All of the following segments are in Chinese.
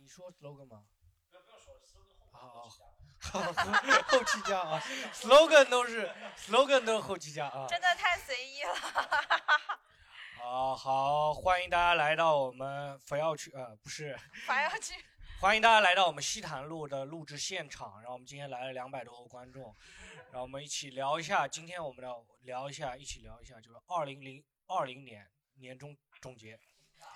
你说 slogan 吗？不要不要说了，slogan 后面啊后期加吧后期加 啊，slogan 都是 slogan 都是后期加啊。真的太随意了。 好好，欢迎大家来到我们不要去呃不是，还要去欢迎大家来到我们西坛路的录制现场。然后我们今天来了两百多个观众，然后我们一起聊一下，今天我们要聊一下，一起聊一下就是二零零二零年年终总结。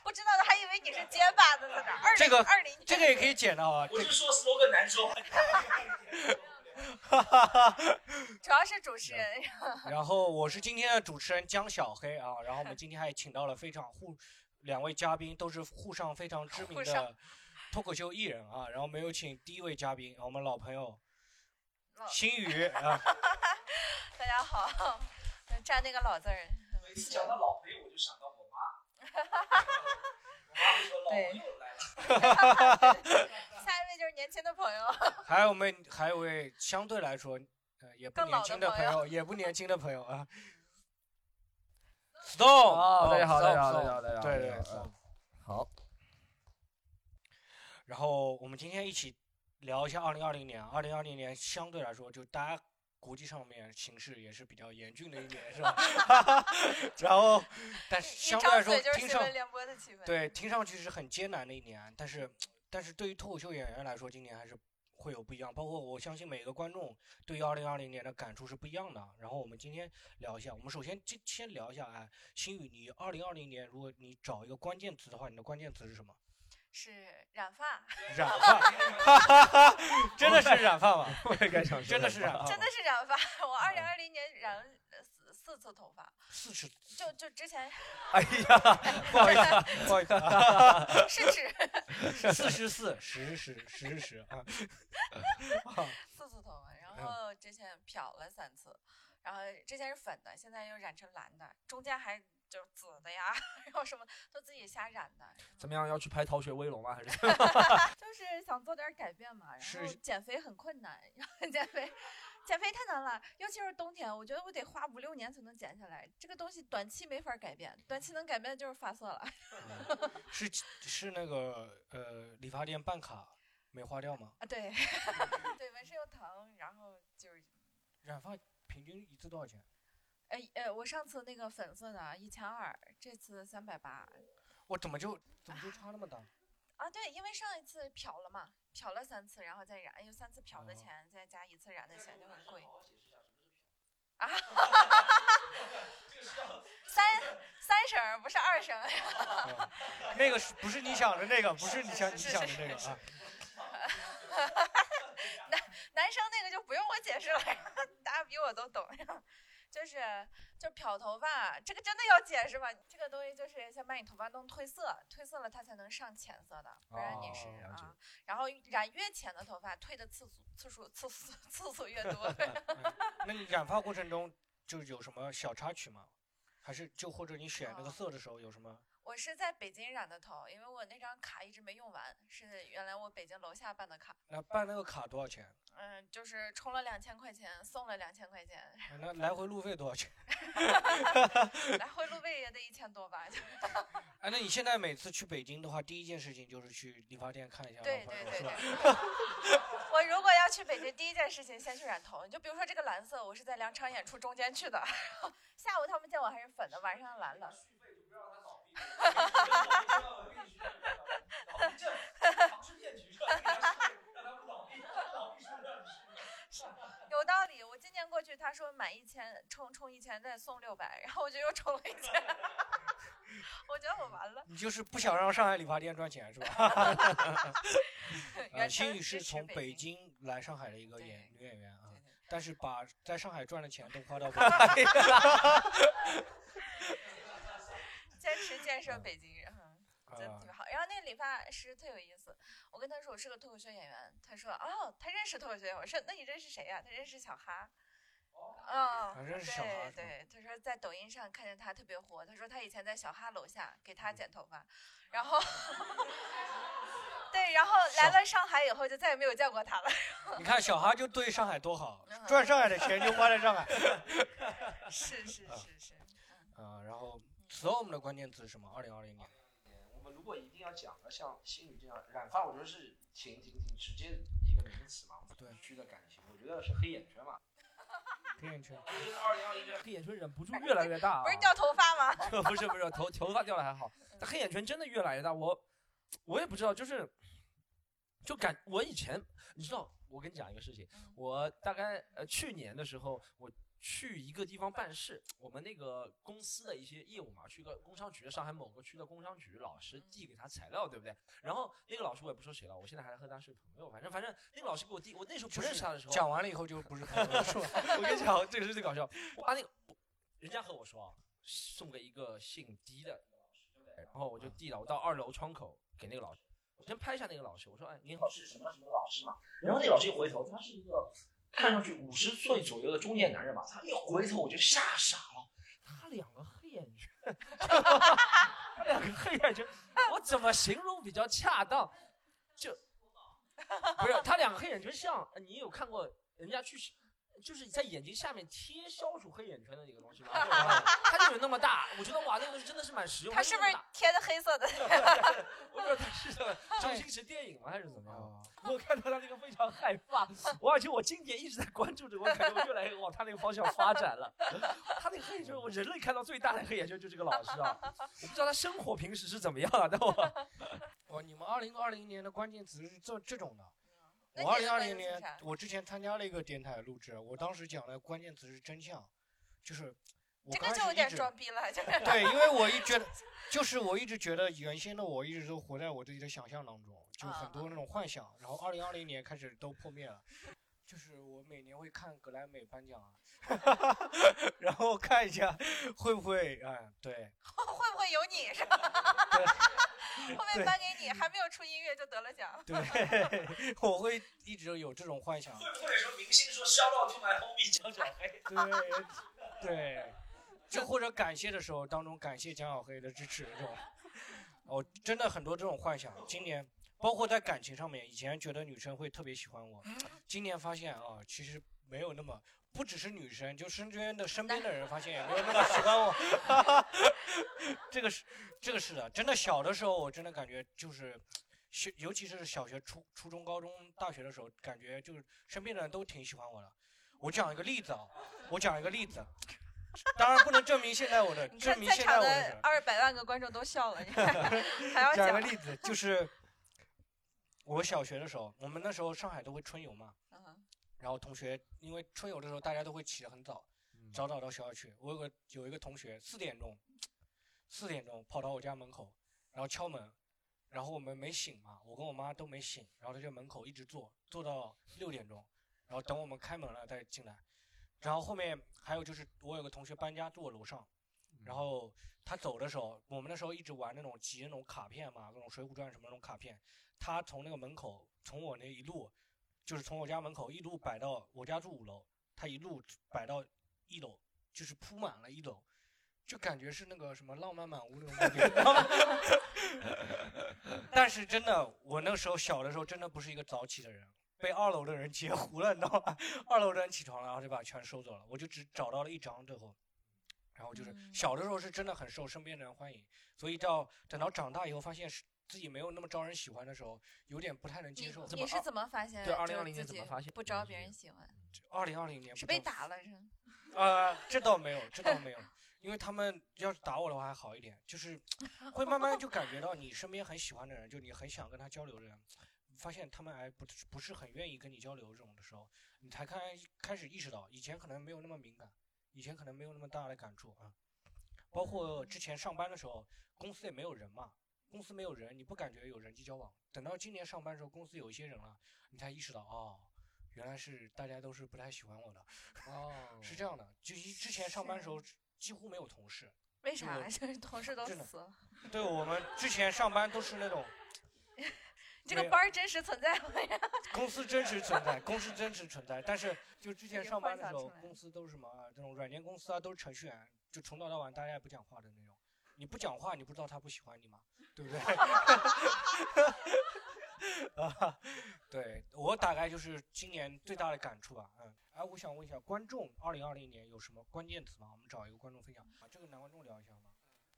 不知道的还以为你是结巴的在那儿。二这个二零这个也可以剪的啊。我就 说 slogan 难说。主要是主持人，然后我是今天的主持人江小黑啊，然后我们今天还请到了非常沪两位嘉宾，都是沪上非常知名沪上的脱口秀艺人啊。然后没有请第一位嘉宾，我们老朋友老新宇啊， 大家好，嗯站那个老字儿。每次讲到老朋友，我就想到我妈。我妈会说老朋友来了，下一位就是年轻的朋友， 还有我们还有一位相对来说呃也不更年老的轻的朋朋友友，也不年轻的朋友 啊。Stone，哦大家好 Stone，大家好大 Stone，家好大家好对大对家好，Stone 好，然后我们今天一起聊一下二零二零年。二零二零年相对来说，就大家国际上面形势也是比较严峻的一年，是吧？ 然后， 但是一相对来张说嘴就，是听新上闻联播的气氛。对听上去是很艰难的一年，但是但是对于脱口秀演员来说，今年还是会有不一样。包括我相信每个观众对于二零二零年的感触是不一样的。啊然后我们今天聊一下，我们首先先先聊一下，哎，新宇，你二零二零年如果你找一个关键词的话，你的关键词是什么？是染发， 染 发， 真的是染发吗？ 我也该想真的是染发吗，嗯真的是染发。我二零二零年染了四四次头发，四十，就就 之前哎呀，不好意思，不好意思啊，是指四十四，十十十十啊， 四次头发，然哎后之前漂了三次，然后之前是粉的，现在又染成蓝的，中间还就是紫的呀， 然后什么都自己瞎染的，怎么样？要去拍《逃学威龙》吗？还是 就是想做点改变嘛。然后是减肥很困难，然后减肥。减肥太难了，尤其是冬天，我觉得我得花五六年才能减下来。这个东西短期没法改变，短期能改变的就是发 色了。嗯是是那个呃理发店办卡没花掉吗？啊， 对，对，纹身又疼，然后就是，染发平均一次多少钱？哎呃，我上次那个粉色的啊一千二，这次三百八。我怎么就怎么就差那么大？啊，对，因为上一次漂了嘛，漂了三次，然后再染，因为三次漂的哦钱、再加一次染的钱就很贵。啊 三三绳儿不是二绳儿，嗯 那个是不是你想的那个？不是你想你是是想的是那个是啊？男生那个就不用我解释了，大家比我都懂。就是就漂头发，这个真的要解释吗？这个东西就是先把你头发弄褪色，褪色了它才能上浅色的，不然你是、哦了解啊。然后染越浅的头发，褪的次数次数次数次数越 多。 那你染发过程中就是有什么小插曲吗？还是就或者你选那个色的时候有什么？我是在北京染的头，因为我那张卡一直没用完，是原来我北京楼下办的卡，那办那个卡多少钱？嗯，就是充了两千块钱，送了两千 块钱，那来回路费多少钱？ 来回路费也得一千 多吧？就哎，那你现在每次去北京的话，第一件事情就是去理发店看一下对老朋对友，对是吧？对。 我如果要去北京，第一件事情先去染头，你就比如说这个蓝色，我是在两场演出中间去的，下午他们见我还是粉的，晚上蓝了。 续费就不要让他倒闭。我跟你说倒闭这庞氏骗局这，让他不倒闭，倒闭说让你输。有道理，我今年过去，他说满一千充充一千再送六百，然后我就又充了一千， 我觉得我完了。你就是不想让上海理发店赚钱是吧？ 呃，原新生宇支是持从北北京来上海的一个对演女演员啊对，对但是把在上海赚的钱都花到 北京，啊坚持建设北京人，嗯真的啊特别好。然后那个理发师特有意思，我跟他说我是个脱口秀演员，他说哦，他认识脱口秀演员。我说那你认识谁呀、他认识小哈。哦啊，认识小哈是吧对对，他说在抖音上看见他特别火，他说他以前在小哈楼下给嗯他剪头发，然后， 对，然后来了上海以后就再也没有见过 他了。你看小哈就对上海多好嗯，赚上海的钱就花在 上海是是是是，啊。然后 storm 的关键词是什么？二零二零年，我们如果一定要讲的像心语这样染发，我觉得是挺挺挺直接的一个名词嘛，对区的感情，我觉得是黑眼圈嘛。黑眼圈。我觉得二零二一黑眼圈忍不住越来越大、啊。不是掉头 发吗？ 不是不 是，头头发掉了还好，但黑眼圈真的越来越大。我我也不知道，就是就感我以前，你知道，我跟你讲一个事情，嗯我大概呃去年的时候，我去一个地方办事，我们那个公司的一些业务嘛，去个工商局，上海某个区的工商局，老嗯师递给他材料，对不对？然后那个老师我也不说谁了，我现在还和他是朋友，反正反正那个老师给我递，我那时候不认识他的时候，讲完了以后就不是朋友了， 是吧？我跟你讲，这个是最搞笑。我把那个，人家和我说啊，送给一个姓狄的一个老师，对不对？然后我就递了，我到二楼窗口给那个老师，我先拍一下那个老师，我说：“哎，您好，是什么什么老师嘛？”然后那老师一回头，他是一个看上去五十岁左右的中年男人吧，他一回头我就吓傻了，他两个黑眼圈，他两个黑眼圈，我怎么形容比较恰当？就不是他两个黑眼圈像，你有看过人家去就是在眼睛下面贴消除黑眼圈的那个东西 吗？它就有那么大，我觉得哇，那个东西真的是蛮实用。他是不是贴的黑色的？ 我不知道它是哎周星驰电影吗，还是怎么样？哦我看到他那个非常害怕，我感觉我今年一直在关注着，我感觉我越来越往他那个方向发展了。他那个黑眼圈，我人类看到最大的黑眼圈就是这个老师啊，我不知道他生活平时是怎么样啊，但我哦，你们二零二零年的关键词是这这种的。那我二你零的二关零键词是年啥，我之前参加了一个电台录制，我当时讲的关键词是真相，就是我这刚开个就始有一点直装逼了，就是 对，因为我一觉得，就是我一直觉得原先的我一直都活在我自己的想象当中，就很啊多那种幻想，然后二零二零年开始都破灭了。就是我每年会看格莱美颁奖啊， 然后看一下会不会，嗯，对，会不会有你是吧？对 会不会颁给你？还没有出音乐就得了奖？ 对， 我会一直有这种幻想。会不会说明星说肖到去买红米江小黑？对，对，就或者感谢的时候当中感谢蒋小黑的支持，这种， 哦，真的很多这种幻想。今年包括在感情上面，以前觉得女生会特别喜欢我，今年发现啊，其实没有那么。不只是女生，就身边的身边的人发现也没有那么喜欢我， 这个是这个是的，真的小的时候我真的感觉就是，小尤其是小学、初初中、高中、大学的时候，感觉就是身边的人都挺喜欢我的。我讲一个例子啊，我讲一个例子，当然不能证明现在我的， 你证看明在现在场我的的人。二百万个观众都笑了，你 看还要讲个讲例子，就是 我小学的时候，我们那时候上海都会春游嘛，嗯然后同学因为春游的时候大家都会起得很早，早早到学校去。我有个有一个同学四点钟，四点钟跑到我家门口，然后敲门，然后我们没醒嘛，我跟我妈都没醒，然后他就门口一直坐，坐到六点钟，然后等我们开门了再进来。然后后面还有就是我有个同学搬家住我楼上，然后他走的时候，我们那时候一直玩那种集那种卡片嘛，那种《水浒传》什么那种卡片，他从那个门口从我那一路。就是从我家门口一路摆到我家住五楼，他一路摆到一楼，就是铺满了一楼，就感觉是那个什么浪漫满屋那种感觉。 但是真的，我那个时候小的时候真的不是一个早起的人，被二楼的人截胡了，你知道吗？ 二楼的人起床了，然后就把全收走了，我就只找到了一张最后。然后就是嗯小的时候是真的很受身边的人欢迎，所以到等到长大以后，发现是自己没有那么招人喜欢的时候，有点不太能接你受。你是怎么发现？对就是2020年自怎己么发现不招别人喜欢？二零二零年是不被到打了是吗？ 啊，这倒没有，这倒没有，因为他们要是打我的话还好一点，就是 会慢慢就感觉到你身边很喜欢的人，就你很想跟他交流的人，发现他们还不是不是很愿意跟你交流这种的时候，你才开开始意识到，以前可能没有那么敏感，以前可能没有那么大的感触啊。包括之前上班的时候，公司也没有人嘛，公司没有人，你不感觉有人际交往。等到今年上班的时候，公司有一些人了，你才意识到哦，原来是大家都是不太喜欢我的。哦 是这样的，就一之前上班的时候几乎没有同事，为啥？我就是 同事都真的死了，对我们之前上班都是那种 你这个没有班儿真实存在吗？ 公司真实存在，公司真实存在，但是就之前已经上班幻的时想候出来，公司都是什么啊这种软件公司啊，都是程序员，就从早到晚大家也不讲话的那种。你不讲话，你不知道他不喜欢你吗？对不对？ 啊，对我大概就是今年最大的感触吧。嗯，哎，我想问一下观众，二零二零年有什么关键词吗？我们找一个观众分享，把这个男观众聊一下吗？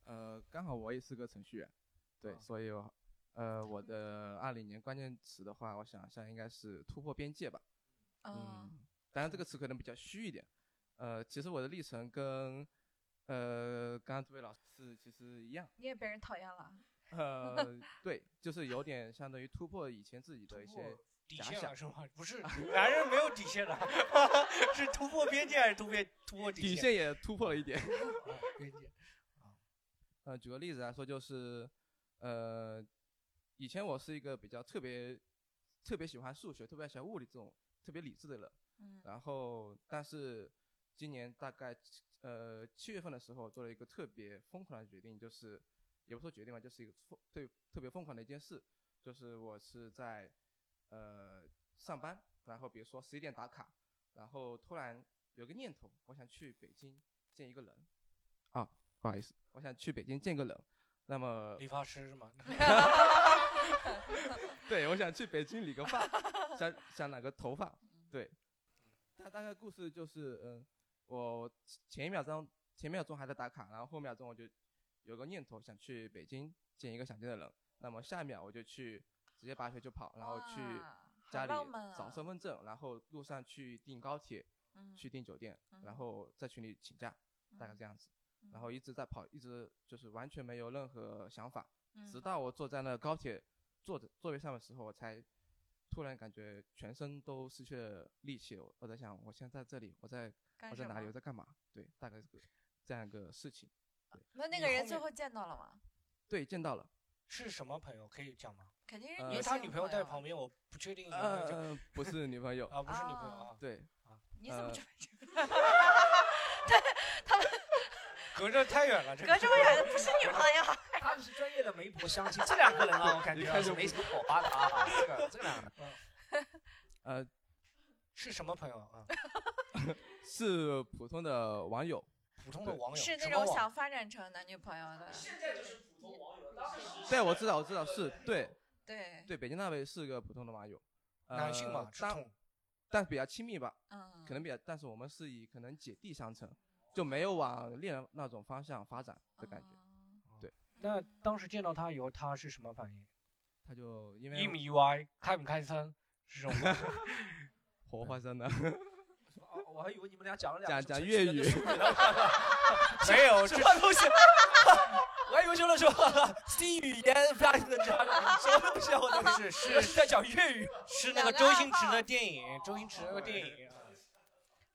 呃，刚好我也是个程序员，对，啊所以我呃，我的二零年关键词的话，我想一下，应该是突破边界吧。啊嗯，当然这个词可能比较虚一点。呃，其实我的历程跟呃刚刚这位老师其实一样。 你也被人讨厌了。 呃，对，就是有点相当于突破以前自己的一些底假线了想。是 吗？不是，男人没有底线的， 是突破边界还是突破突破底线？线也突破了一 点。啊边界呃，举个例子来说，就是，呃，以前我是一个比较特别特别喜欢数学、特别喜欢物理这种特别理智的人，嗯然后但是今年大概呃七月份的时候做了一个特别疯狂的决定，就是也不说决定吧，就是一个疯对特别疯狂的一件事，就是我是在呃上班，然后比如说十一点打卡，然后突然 有个念头，我想去北京见一个人，啊，不好意思，我想去北京见个人，那么理发师是吗？ 对，我想去北京理个发，想想染个头发。嗯对，大大概故事就是，嗯，我前一秒钟前一秒钟还在打卡，然后后一秒钟我就有个念头想去北京见一个想见的人，那么下一秒我就去直接拔腿就跑，然后去哇家好里浪漫啊找身份证，然后路上去订高铁，嗯去订酒店，嗯然后在群里请假，大概嗯这样子。然嗯后一直在跑，一直就是完全没有任何想法，嗯直到我坐在那高铁坐着座位上的时候，我才突然感觉全身都失去了力气。我我在想，我现在在这里，我在干我在什哪里，么我在干嘛？对，大概是个这样一个事情。那那你个后人最面后见到了吗？对，见到了。是什么朋友可以讲吗？肯定是呃因女为他性女朋友在了旁边，我不确定有没有讲，呃，不是女朋友啊，不是女朋友啊啊，对，你怎么呃知道？ 隔着太远了，这隔这么远的不是女朋友？他们是专业的媒婆相亲，这两个人啊，我感 觉啊是没什么火花的啊，这个这两 个呃，是什么朋友啊？是普通的网友，普通的网友是那什么种网想发展成男女朋友的，现在就是普通网友，当时是对，我知道，我知道，是对对，对，北京那位是个普通的网友，男性嘛呃，是但同但比较亲密吧，嗯，可能比较，但是我们是以可能姐弟相称，就没有往恋人那种方向发展的感觉。哦对，那嗯当时见到他以后，他是什么反应？他就因意为不意外？开不开心？是这 种吗活化 身的，哦我还以为你们俩讲了两讲个讲什么粤程序语员 的术语呢 没有，什这么东西？ 我还以为就是说 新语言发生的这样什么东西啊？我都不是是是在讲粤语。 是那两个个周暗星驰号的电影，周星驰那个电影。啊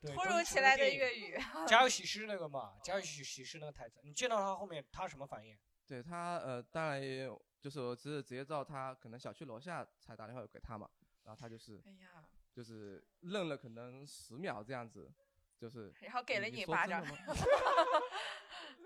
对突周如星其驰来的电影粤语， 《家有喜事》那个嘛，《家有喜喜事》那个台词，你见到他后面他什么反应？对他呃，当然也有，就是我只是直接到他可能小区楼下才打电话给他嘛，然后他就是哎呀，就是愣了可能十秒这样子，就是然后给了你你一说巴真掌嗯的，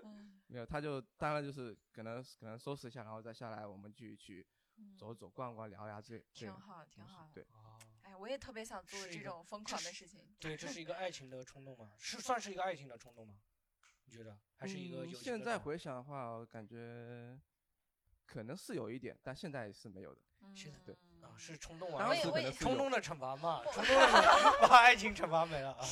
吗 没有，他就当然就是可能可能收拾一下，然后再下来我们去去嗯走走逛逛聊呀这这挺种好，挺东西好的。对，啊哎，我也特别想做是一这个种疯这狂的是事情。对，这是一个爱情的冲动吗？是算是一个爱情的冲动吗？你觉得还是一嗯个友情的现在冲动回想的话，我感觉可能是有一点，但现在是没有的。现在对嗯啊，是冲动啊，当也时我可也能是冲有动的惩罚嘛，我冲动的惩罚把 爱情惩罚没了啊。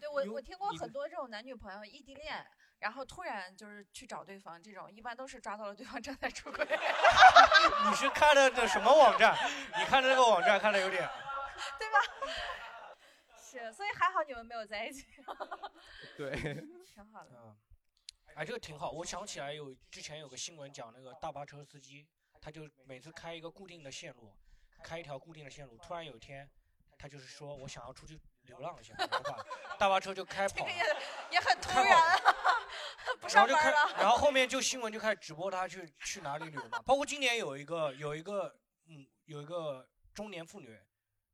对我，有我听过一很个多这种男女朋友异地恋，然后突然就是去找对方，这种一般都是抓到了对方正在出轨。 你是看的那什么网站？你看的那个网站看的有点是，所以还好你们没有在一起，对，挺好的。嗯，哎，这个挺好。我想起来有之前有个新闻讲那个大巴车司机，他就每次开一个固定的线路，开一条固定的线路，突然有一天，他就是说我想要出去流浪一下，然后把大巴车就开这跑个了。也也很突哦太好然啊， 不然上后就班开，了。然后后面就新闻就开始直播他去去哪里旅游嘛。包括今年有一个有一个嗯有一个中年妇女，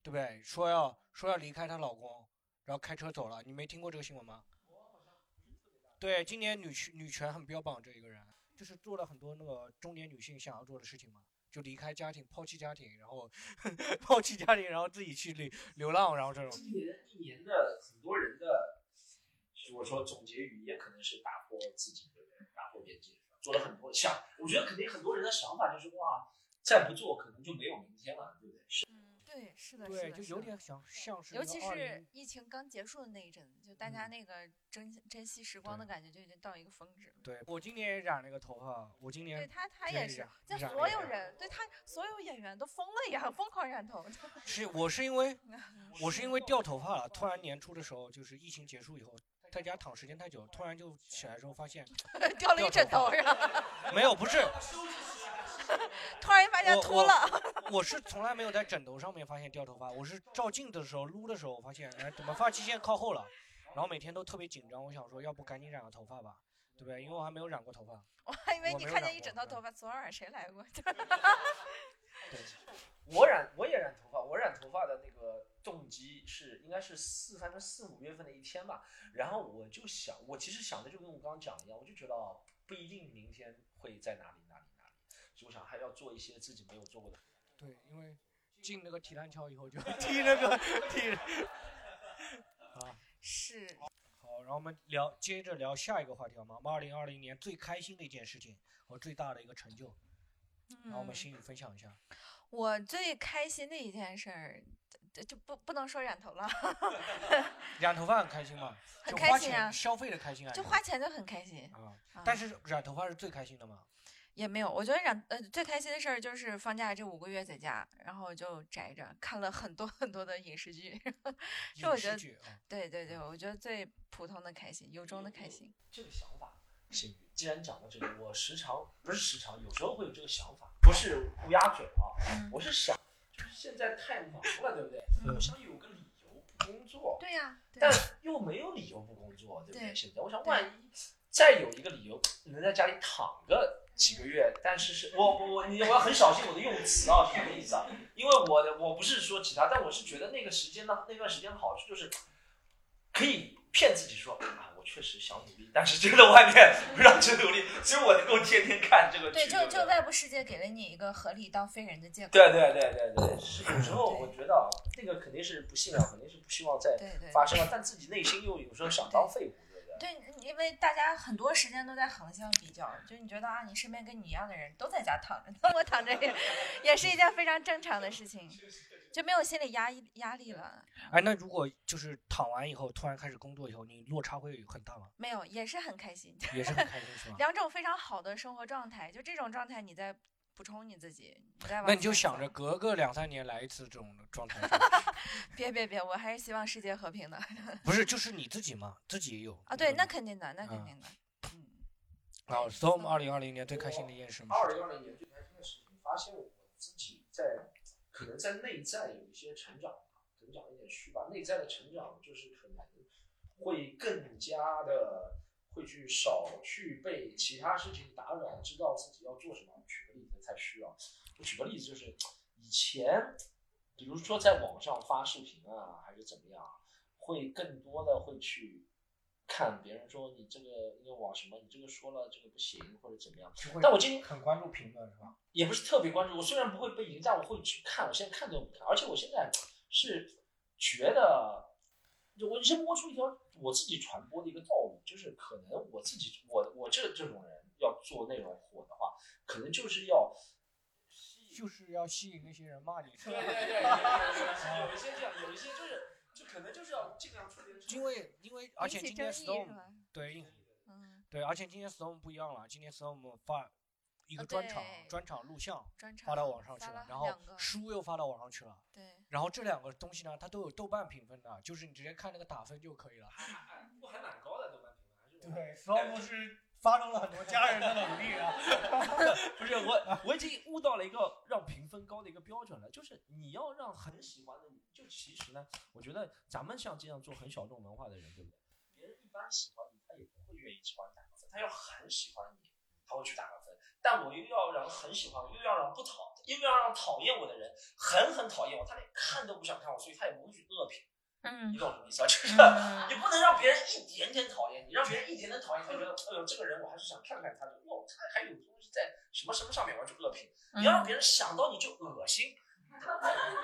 对不对？说要说要离开她老公，然后开车走了。你没听过这个新闻吗？对，今年女权女权很标榜这一个人，就是做了很多那个中年女性想要做的事情嘛，就离开家庭，抛弃家庭，然后 抛弃家庭，然后自己去流流浪，然后这种。今年一年的很多人的，就是我说总结语也可能是打破自己的人，打破边界，做了很多想，我觉得肯定很多人的想法就是哇，再不做可能就没有明天了，对不对？是嗯，对，是的，是对，的就是有的点想像是尤一个其20是疫情刚结束的那一阵子，就大家嗯那个珍珍惜时光的感觉就已经到一个峰值了。对我今年也染了一个头发，我今对年他，他真也是是染，在染所了有染人对他，所有演员都疯了一样，疯狂染头。 是我是因为嗯我是因为掉头发了，突然年初的时候就是疫情结束以后，在家躺时间太久，突然就起来之后发现 掉了一掉枕头头，发然后没有不是 突然发现我秃我了。 我是从来没有在枕头上面发现掉头发，我是照镜子的时候撸的时候，我发现哎怎么发际线靠后了，然后每天都特别紧张，我想说要不赶紧染个头发吧，对不对？因为我还没有染过头发， 我还以为我你没有看染见一过嗯枕头对头发，昨晚谁来过？ 对，我染我也染头发，我染头发的那个动机是应该是四反正四五月份的一天吧，然后我就想，我其实想的就跟我刚刚讲的一样，我就觉得哦不一定明天会在哪里哪里哪里，所以我想还要做一些自己没有做过的。对，因为进那个提篮桥以后就 踢那个踢。 啊是，好，然后我们聊接着聊下一个话题好吗？我们二零二零年最开心的一件事情和最大的一个成就，然后我嗯们，心宇分享一下。我最开心的一件事儿，就就不不能说染头了，染头发很开心吗？很就开花心钱啊消费的开心啊，就你花钱就很开心。啊。啊但是染头发是最开心的嘛？也没有，我觉得染呃最开心的事儿就是放假这五个月在家，然后就宅着看了很多很多的影视剧。 是我影觉视得剧啊，对对对，我觉得最普通的开心，由衷的开心。这个想法，是既然讲到这里，我时常不是时常，有时候会有这个想法，不是乌鸦嘴啊，嗯，我是想，就是现在太忙了，对不对？嗯我想有个理由不工作，对呀、对但呀又没有理由不工作，对不对？对现在我想，万一再有一个理由，能在家里躺个几个月，但是是我我我你我要很小心我的用词啊，是什么意思啊？因为我的我不是说其他，但我是觉得那个时间呢，那段时间的好处就是可以骗自己说啊，我确实想努力，但是真的外面不让去努力，所以我能够天天看这个剧，对，就不就外部世界给了你一个合理到非人的借口。对对对对对，是有时候我觉得啊，那个肯定是不信任，肯定是不希望再对对发生了，但自己内心又有时候想当废物，对不对？对，因为大家很多时间都在横向比较，就你觉得啊，你身边跟你一样的人都在家躺着，那我躺着也也是一件非常正常的事情，就没有心理压抑压力了。哎，那如果就是躺完以后突然开始工作以后，你落差会很 大吗？没有，也是很开心。？也是很开心是吧 两种非常好的生活状态，就这种状态，你在补充你自己，你在往那你就前想走着隔个两三年来一次这种的状 态是吧，别别别，我还是希望世界和平的不是就是你自己嘛，自己也有啊！对，嗯那肯定的，那肯嗯定的，嗯，啊，所以我们二零二零年最开心的一件事嘛，二零二零年最开心的事情，发现我自己在可能在内在有一些成长，可能讲得有点虚吧，内在的成长就是可能会更加的会去少去被其他事情打扰，知道自己要做什么。举个例子太虚了，我举个例子就是以前，比如说在网上发视频啊，还是怎么样啊，会更多的会去。看别人说你这个那个网什么，你这个说了这个不行或者怎么样，就会但我今很关注评论是吧？也不是特别关注。我虽然不会被赢，但我会去看。我现在看都不看，而且我现在是觉得，我先摸出一条我自己传播的一个道路，就是可能我自己，我我这这种人要做内容火的话，可能就是要就是要吸引那些人骂你是吧？对，有一些这样，有一些就是，就可能就是要尽量出点 因为因为而且引起今天争议是 storm 吧？对因嗯，对，而且今天 storm 不一样了，今天 storm 发一啊个专场对专场录像专场发到网上去发了了，然后两个书又发到网上去了，对，然后这两个东西呢，它都有豆瓣评分的，就是你直接看那个打分就可以 了。我还蛮高的豆瓣评对，storm 是发动了很多家人的努力 啊。不是我，我已经悟到了一个让评分高的一个标准了，就是你要让很喜欢的你，就其实呢，我觉得咱们像这样做很小众文化的人，对不对？别人一般喜欢你，他也不会愿意喜欢打个分，他要很喜欢你，他会去打个分。但我又要让很喜欢我，又要让不讨，又要让讨厌我的人狠狠讨厌我，他连看都不想看我，所以他也不会去恶评。你嗯，懂什么意思啊？就是嗯你不能让别人一点点讨厌你，让别人一点点讨厌，他觉得，哎呦，这个人我还是想看看他的，哟，他还有东西在什么什么上面，我要去恶评。你要让别人想到你就恶心，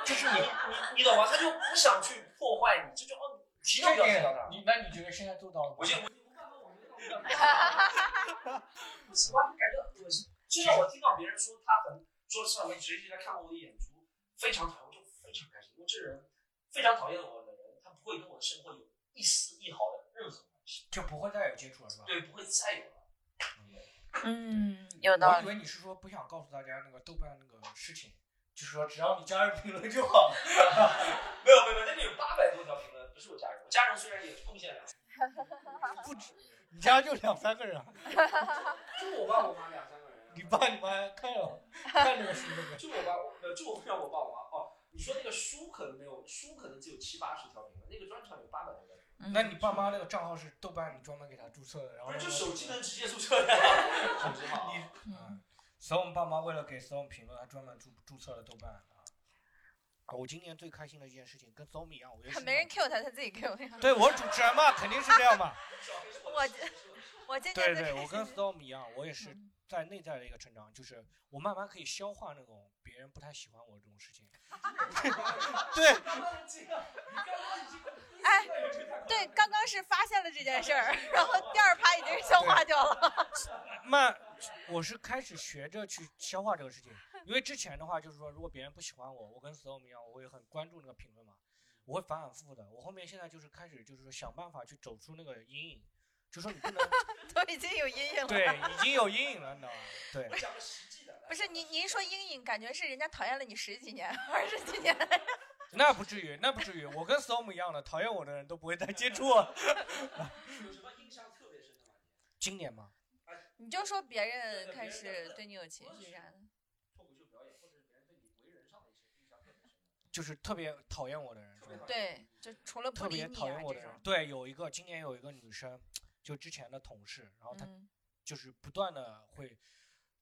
就是你你你懂吗？他就不想去破坏你，这就哦，提都不要提到他。你那你觉得现在做到了吗？我就我就不看我没看不喜欢就感觉恶心。就像我听到别人说他很说上面谁谁在看过我的演出，非常讨厌，我就非常开心，因为这人非常讨厌我的人，他不会跟我的生活有一丝一毫的任何关系， 就不会再有接触了，是吧？对，不会再有了。嗯，有我道以理。为你是说不想告诉大家那个豆瓣那个事情，就是说只要你加入评论就好。 没有没有，那边有八百多条评论，不是我家人，我家人虽然也贡 献了，不止，你家就两三个人啊， 就我爸我妈两三个人，你爸你妈看了 看这个书那个。就我爸我呃就我让我爸我妈哦，你说那个书可能没有，书可能只有七八十条评论，那个专场有八百多条。嗯那你爸妈那个账号是豆瓣，你专门给他注册的，然后不是，让就他手机能直接注册的， 手机号。你嗯，Storm 爸妈为了给 Storm 评论，还专门注注册了豆瓣啊。啊，我今年最开心的一件事情，跟 Storm 一样，我就是没人 Q 他，他自己 Q 的。对我主持人嘛，肯定是这样嘛。我我今对年最对，我开 跟心的 Storm 一样，我也是嗯在内在的一个成长，就是我慢慢可以消化那种别人不太喜欢我这种事情。对，哎，对，刚刚是发现了这件事儿，然后第二趴已经消化掉了。慢，我是开始学着去消化这个事 情，因为之前的话就是说，如果别人不喜欢我，我跟 Storm 一样，我会很关注那个评论嘛，我会反反复复的。我后面现在就是开始就是说想办法去走出那个阴影，就说你 不能 都已经有阴影了。对，已经有阴影了，你知道吗？对，我讲个实际的，不是您您说阴影，感觉是人家讨厌了你十几年、二十几年。那不至于，那不至于，我跟 Storm 一样的，讨厌我的人都不会再接触 我。 有什么印象特别深的吗？今年嘛，你就说别人嗯开始对你有情绪啥的，脱口秀表演，或者是别人对你为人上的一些印象特别深。就是特别讨厌我的人，是吧嗯对，就除了不特理别你讨啊厌我这的人种，。对，有一个今年有一个女生，就之前的同事，然后她嗯，就是不断的会，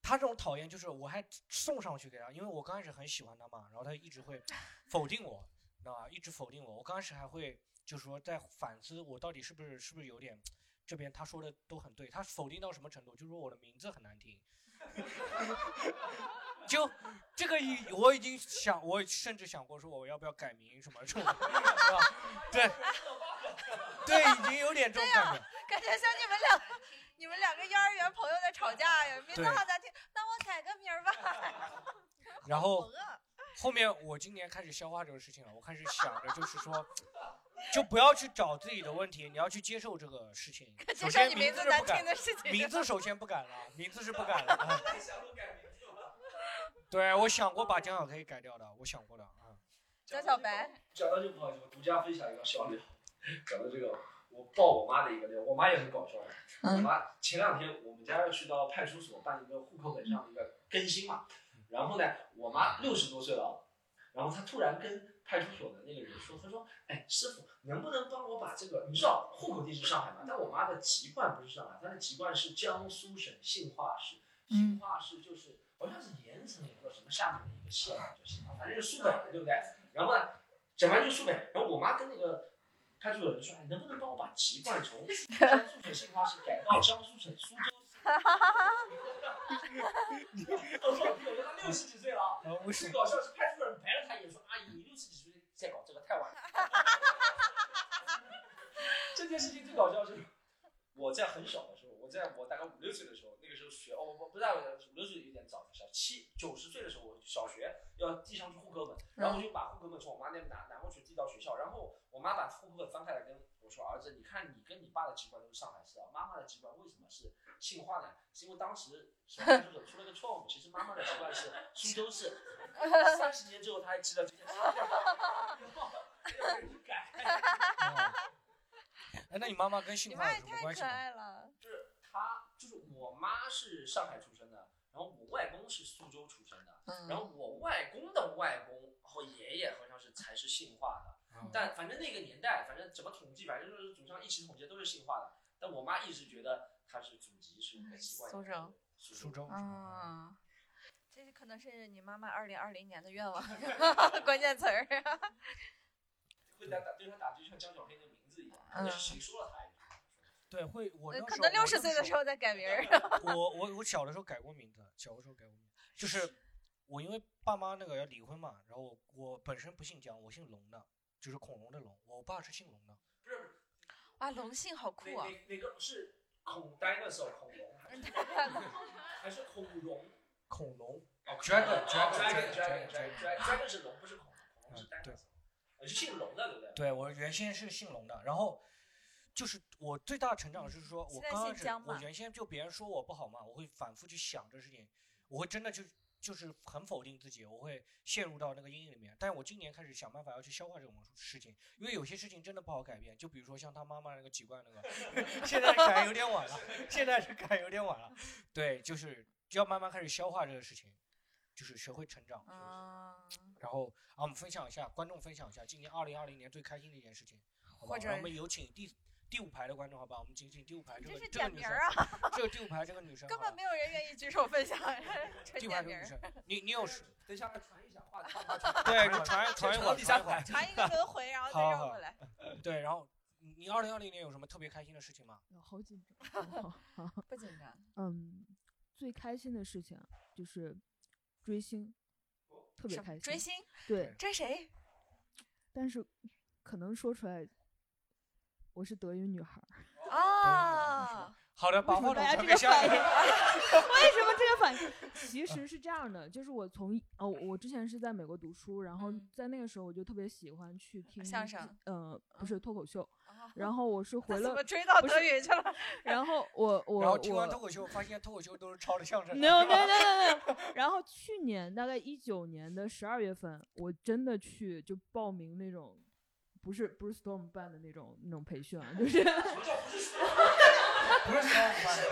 他这种讨厌就是我还送上去给他，因为我刚开始很喜欢他嘛，然后他一直会否定我，啊，一直否定我。我刚开始还会就是说在反思我到底是不是是不是有点这边他说的都很对，他否定到什么程度，就是说我的名字很难听。 就这个已，我已经想，我甚至想过说我要不要改名什么这种， 是吧？对，对，已经有点这种感觉。感觉像你们两个，你们两个幼儿园朋友在吵架呀，名字对好难听，那我改个名儿吧。然我后饿，后面我今年开始消化这个事情了，我开始想着就是说，就不要去找自己的问题，你要去接受这个事情。首就说先你名字字是难不听改，的事情。名 字首先不改了，名字是不改了。啊太想我改名字了。 对，我想过把江小黑改掉的，我想过的啊。江小白，讲到这个不好意思，我独家分享一个笑料。 讲到这个，我爆我妈的一个料，我妈也很搞笑的。我妈前两天我们家要去到派出所办一个户口本上的一个更新嘛，然后呢，我妈六十多岁了，然后她突然跟派出所的那个人说，她说：“哎，师傅，能不能帮我把这个？你知道户口地是上海嘛？但我妈的籍贯不是上海，她的籍贯是江苏省杏花市。杏花市就是好像是盐城一个什么下面的一个县，叫杏花，反正就是苏北的，对不对？然后呢，讲完就苏北，然后我妈跟那个派出所人说，哎，能不能帮我把籍贯从江苏省杏花市改到江苏省苏州 市？我说，我说他六十几岁了，啊，为什最么？搞笑是派出所人白了他一眼说，阿姨，你六十几岁再搞这个太晚了。 这件事情最搞笑是，我在很小的时候，我在我大概五六岁的时候，那个时候学哦不不不大五六岁有点早，小七九十岁的时候，我小学要递上去户口本，然后我就把户口本从我妈那边拿拿过去递到学校，然后我妈把户口本翻开来跟我说，儿子，你看你跟你爸的籍贯都是上海市啊，妈妈的籍贯为什么是杏花呢？是因为当时审判出手出了个错误，其实妈妈的籍贯是苏州市。三十年之后他还记得这件事，然后没有人改。啊 哎，那你妈妈跟你杏花妈有也什么太关系可吗？爱了。就是他，就是我妈是上海出生的，然后我外公是苏州出生的，嗯然后我外公的外公和爷爷好像是才是姓化的，啊但反正那个年代，反正怎么统计，反正就是祖上一起统计都是姓化的。但我妈一直觉得她是祖籍是一个习惯，嗯苏州，苏苏州。州。啊嗯，这可能是你妈妈二零二零年的愿望， 关键词儿。会打打对她打就像江小黑的名字一样，嗯就是谁说了她一句。对，会我那呃可时候能六十岁的时，候再改名儿。我那时候我我我小的时候改过名字，小的时候改过名字，就是我因为爸妈那个要离婚嘛，然后我我本身不姓姜，我姓龙的，就是恐龙的龙，我爸是姓龙的。不是不是，哇，龙姓好酷哪啊！哪哪个是孔呆的时候恐龙还 是还是恐龙？恐龙，哦 Dragon， dragon dragon，dragon， dragon dragon dragon 是龙，不是恐龙，恐龙是单嗯，个。你是姓龙的，对不对？对我原先是姓龙的，然后就是我最大的成长是说，我嗯刚开现在姓始江我嘛原先就别人说我不好嘛，我会反复去想这事情，我会真的就就是很否定自己，我会陷入到那个阴影里面。但是我今年开始想办法要去消化这种事情，因为有些事情真的不好改变，就比如说像他妈妈那个籍贯那个， 现在改有点晚了，现在是改有点晚了，对，就是要慢慢开始消化这个事情，就是学会成长。嗯，然后啊，我们分享一下，观众分享一下今年二零二零年最开心的一件事情，好吧？或者让我们有请第第五排的观众，好吧？我们请请第五排这这个是这个点女名生，儿啊，这个第五排这个女生好根吧，本没有人愿意举手分享， 纯第五排点 这名个女儿。生，你你有 是等一下传一下，话 话话对，你传 传一会到儿，第三传一会排儿，传一个轮回， 然后再好绕好过来。对，然后你你二零二零年有什么特别开心的事情吗？好紧张。 不紧张，嗯，最开心的事情啊就是追星，特别什么开心。追星对，追谁？但是可能说出来，我是德云女孩儿。哦，好的，把为什话筒么大家传这给个下反一应？啊 个。为什么这个反应？ 其实是这样的，就是我从哦，我之前是在美国读书，然后嗯在那个时候我就特别喜欢去听相声，嗯呃，不是脱口秀。哦然后 我是那回怎了么，追到不德是云去了？ 然后我我然后听完脱我。口秀，发现脱口秀都是抄的相声。 no no no no no！然后去年大概一九年的十二月份，我真的去就报名那种，不是不是 Storm 办的那种那种培训啊，就是 不是抄的相声，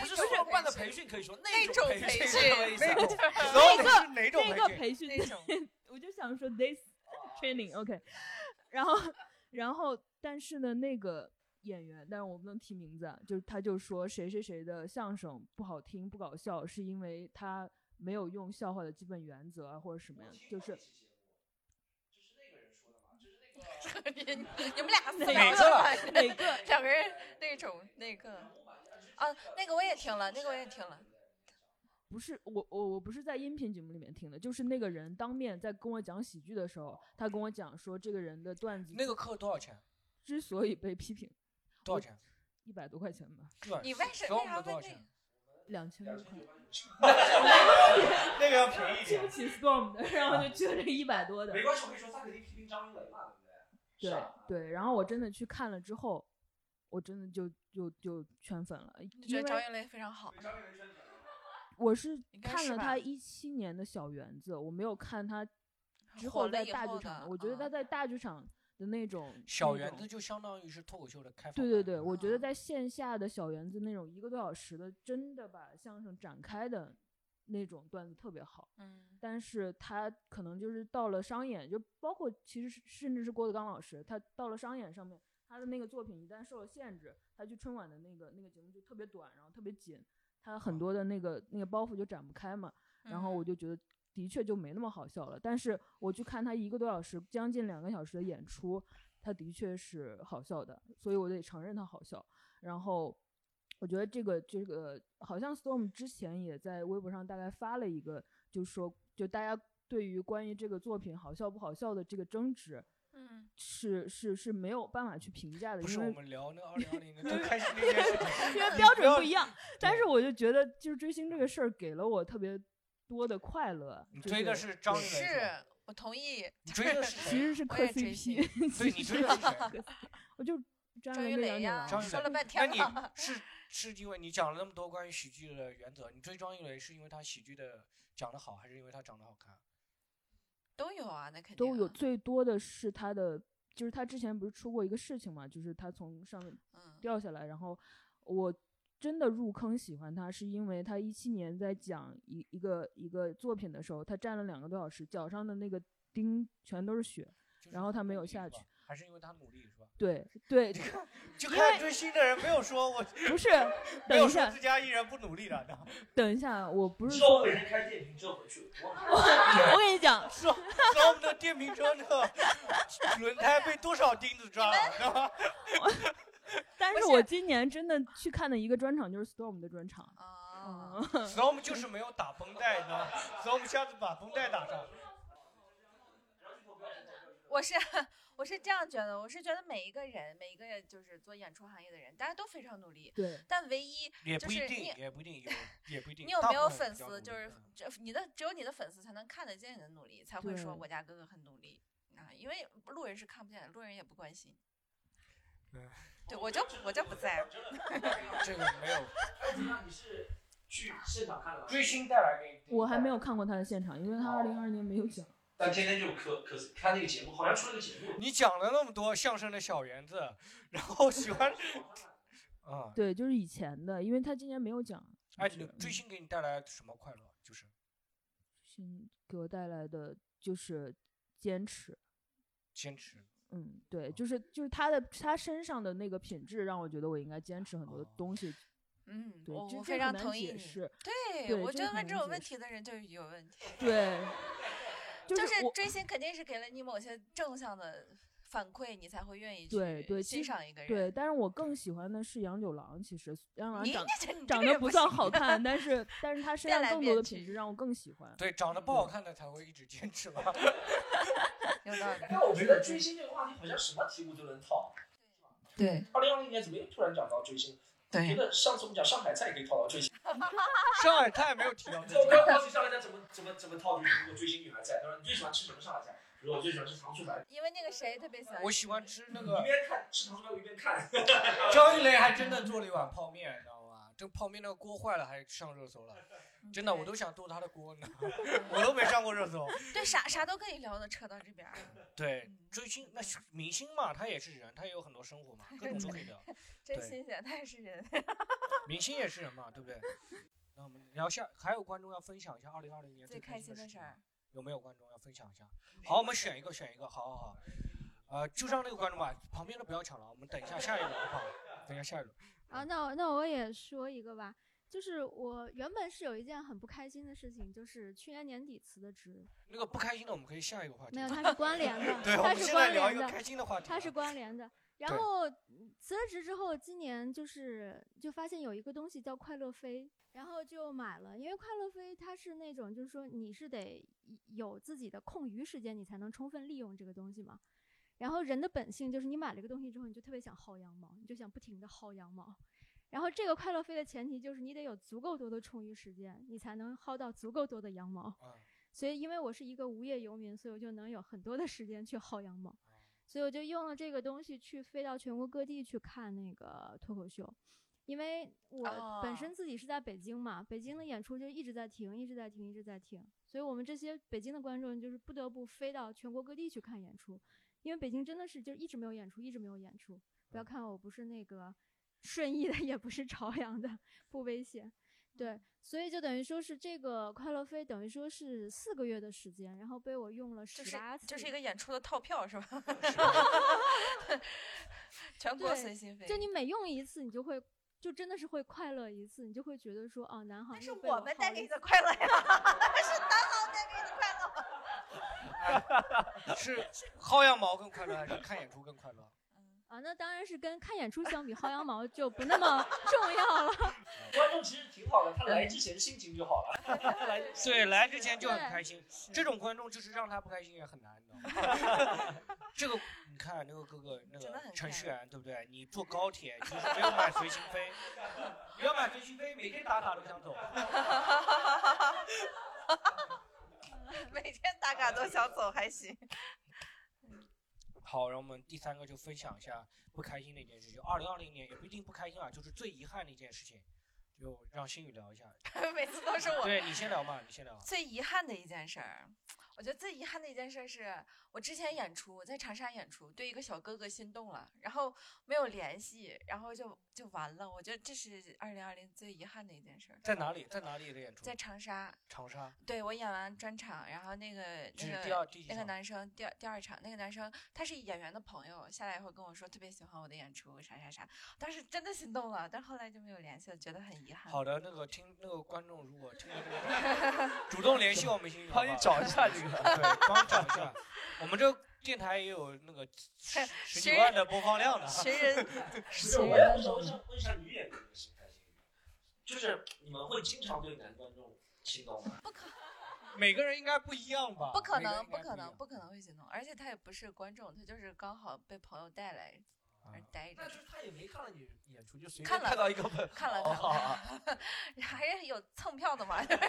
不是说办的培训可以说那那种培培训开玩训笑那种那然后是哪种那个培训？ 培训那种 我就想说 this training OK，然后然后但是呢，那个演员，但是我不能提名字，啊，就是他就说谁谁谁的相声不好听不搞笑，是因为他没有用笑话的基本原则啊或者什么呀，就是 你你们俩死哪聊个了吧？ 哪个两个人那种那个啊，那个我也听了，那个我也听了。不是我我我不是在音频节目里面听的，就是那个人当面在跟我讲喜剧的时候，他跟我讲说这个人的段子 那个课多少钱？之所以被批评，多少钱？一百多块钱吧，对你为什所有我么为啥们多问少那钱个？？两千多块。那个要便宜一对不点。起 Storm 的，然后就去了一百多的没。关系，我跟你说，他肯定批评张云雷嘛，对不对？对是啊对，然后我真的去看了之后，我真的就就就圈粉了，因觉得张为云雷非常好，我是应该看是了吧他一七年的小园子，我没有看他之火后了在以大后剧场的的，我觉得嗯他在大剧场的那种小那园种子就相当于是脱口秀的开放对版。对对，我觉得嗯在线下的小园子那种一个多小时的，真的把相声展开的那种段子特别好。嗯，但是他可能就是到了商演，就包括其实是甚至是郭德纲老师，他到了商演上面，他的那个作品一旦受了限制，他去春晚的那个那个节目就特别短，然后特别紧，他很多的那个那个包袱就展不开嘛。然嗯后我就觉得的确就没那么好笑了。但是我去看他一个多小时，将近两个小时的演出，他的确是好笑的，所以我得承认他好笑。然后我觉得这个这个好像 Storm 之前也在微博上大概发了一个，就说就大家对于关于这个作品好笑不好笑的这个争执。嗯，是是是没有办法去评价的，不因是我为们聊那个二零二 零年最开心的一件事情，因为标准要不一样。但对是我就觉得，就是追星这个事儿给了我特别多的快乐。你就追的是张云雷吧是我同意，你追的是谁？其实是我磕也追 CP， 对，你追的是谁？我就张张云云雷雷呀，张云说雷了半那天你了，是是因为你讲了那么多关于喜剧的原则，你追张云雷是因为他喜剧的讲得好，还是因为他长得好看？都有啊，那肯定都有，啊，最多的是他的，就是他之前不是出过一个事情嘛，就是他从上面嗯，掉下来，然后我真的入坑喜欢他，是因为他一七年在讲一一个一个作品的时候，他站了两个多小时，脚上的那个钉全都是血，就是然后他没有努力下是去吧，还是因为他努力 是吧？对对，就因看为追星的人没有说我不是，没等有说一下自，家艺人不努力的，那等一下，我不是知说，道被人开电瓶车回去，我 我跟你 讲，说说我们的电瓶车那个轮胎被多少钉子抓了，知道 吗？但不是是我今年真的去看的一个专场就是 Storm 的专场，啊，然后我们就是没有打绷带，你知道吗？所以我们下次把绷带打上。 我是我是这样觉得，我是觉得每一个人，每一个就是做演出行业的人，大家都非常努力，对，但唯一也就不一是定你，也不一定有，也不一定。你有大没部有分比较粉丝？努就力的是这你的只有你的粉丝才能看得见你的努力，才会说对我家哥哥很努力。啊，因为路人是看不见的，路人也不关心。嗯，对我就我就不在乎。这个 没有哎那你是去现场看的吗？追星带来给你我还没有看过他的现场，因为他二零二年没有讲。但天天就可可是看那个节目，好像出了个节目。你讲了那么多相声的小园子，然后喜 欢啊，对，就是以前的，因为他今年没有讲。哎，你追星给你带来什么快乐？就是星给我带来的就是坚持，坚持。嗯，啊对，就是就是他的他身上的那个品质，让我觉得我应该坚持很多哦东西。嗯，对，我这这我非常很难同意解你。释对，对我这觉个得很问难这种解问释题的人就是有问题。 对，就是我追星肯定是给了你某些正向的反馈，你才会愿意对去对其欣实赏一个人。对，但是我更喜欢的是杨九郎。其实杨九郎你长这你这长个得人不不算行好 看，但是但是他身变上来更多变的去品质让我更喜欢。对，长得不好看的才会一直坚持吧。有道理。但哎我觉得追星这个话题好像什么题目都能套。对二零二零年怎么又突然讲到追星？觉对，得上次我们讲上海菜也可以套到追星。嗯 上海哎他也没有提到自己我刚好奇上海菜怎么怎么怎么套追星，我追星女孩菜。他说你最喜欢吃什么上海菜？比如我最喜欢吃糖醋排骨，因为那个谁特别喜欢我你喜欢吃那一个边看吃糖醋排骨一边 看。张一雷还真的做了一碗泡面，你知道吗？这泡面那个锅坏了还上热搜了，嗯真的我都想剁他的锅呢，我都没上过热搜。 对啥啥都可以聊的，扯到这边儿。对，嗯追星那是明星嘛，他也是人，他也有很多生活嘛，各种都可以聊。真对新鲜，但是人。明星也是人嘛，对不对？那我们聊下，还有观众要分享一下二零二零年 最开开心心的事吗儿，有没有观众要分享一下？好，我们选一个，选一个，好好好。呃，就让那个观众吧，旁边的不要抢了，我们等一下下一轮好不好？等一下下一轮。 啊，那我那我也说一个吧，就是我原本是有一件很不开心的事情，就是去年年底辞的职，那个不开心的，我们可以下一个话题。没有，它是关联 的，对，我它们是现在关聊一联个的，开心的话题吧。它是关联的。然对后嗯辞了职之后，今年就是就发现有一个东西叫快乐飞，然后就买了。因为快乐飞它是那种，就是说你是得有自己的空余时间，你才能充分利用这个东西嘛。然后人的本性就是，你买了一个东西之后，你就特别想薅羊毛，你就想不停的薅羊毛。然后这个快乐飞的前提就是你得有足够多的充裕时间，你才能薅到足够多的羊毛。嗯所以因为我是一个无业游民，所以我就能有很多的时间去薅羊毛，所以我就用了这个东西去飞到全国各地去看那个脱口秀。因为我哦本身自己是在北京嘛，北京的演出就一直在停，一直在停，一直在停，所以我们这些北京的观众就是不得不飞到全国各地去看演出，因为北京真的是就一直没有演出，一直没有演出。不要看我不是那个顺义的， 也不是朝阳的，不危嗯险。对，所以就等于说是这个快乐飞，等于说是四个月的时间，然后被我用了就十是八次。就是一个演出的套票是吧？全国对随心飞。就 你每用一次，你就会就真的是会快乐一次，你就会觉得说，哦，南航但是又被我们带薅给一你次的快乐呀，是南航带给你的快 乐。是薅羊毛更快乐，还是看演出更快乐？啊，那当然是跟看演出相比，薅羊毛就不那么重要了。观众其实挺好的，他来之前心情就好了。嗯对，来之前就很开心。这种观众就是让他不开心也很难，你知道吗？这个你看啊那个哥哥那真的个很程序快员对不对？你坐高铁其实没有买随心飞，不要买随心飞，每天打卡都想走。 每天打卡都想走还行。 好，然后我们第三个就分享一下不开心的一件事情。二零二零年也不一定不开心啊，就是最遗憾的一件事情，就让新宇聊 一下。每次都是我。对你先聊嘛，你先聊。最遗憾的一件事儿，我觉得最遗憾的一件事儿是我之前演出，我在长沙演出，对一个小哥哥心动了，然后没有联系，然后就就完了。我觉得这是二零二零最遗憾的一件事儿。在哪里？在哪里的演出在？长沙，长沙。对我演完专场，然后那个这那是个第二第几那个场？男生第二第二场，那个男生他是演员的朋友，下来以后跟我说特别喜欢我的演出，啥啥啥，当时真的心动了，但后来就没有联系了，觉得很遗憾。好的，那个听那个观众如果听到这个， 主动联系我们新宇，帮你找一下这个，对，帮找一下。我们这个电台也有那个十 十几万的播放量 的。寻人不是，我也不知道我想问一下女演员的心态心理就是你们会经常对男观众心动吗？不可每个人应该不一样吧？不可每个人能应不该可能不不可能会心动，而且他也不是观众，他就是刚好被朋友带来啊而待着那。就是他也没看了你演出，就随看便了看到一个朋看了哦看好了，啊， 还是有蹭票的 嘛，就是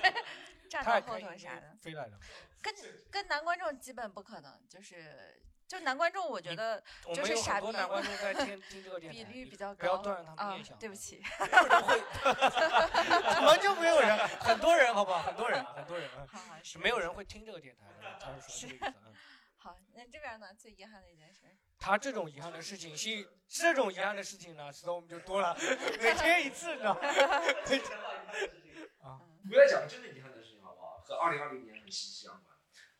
站他到也后可以头啥的。飞来的。跟跟男观众基本不可能，就是就男观众，我觉得我就们是有傻很多逼男观众在听听这个电 比台，率你比较不要高断了他啊们念想。，对 不，起， 怎么就没有人？很多人，好不好？很多人，很多人，嗯 好好是没有人会听这个电台的。他是说这个意思。嗯 好。那这边呢，最遗憾的一件事 儿，他这种遗憾的事情是这种遗憾的事情呢，石头我们就多了，每天一次，你知 道吗？嗯啊我来啊讲真的遗憾的事情好不好？和二零二零年很息息相关。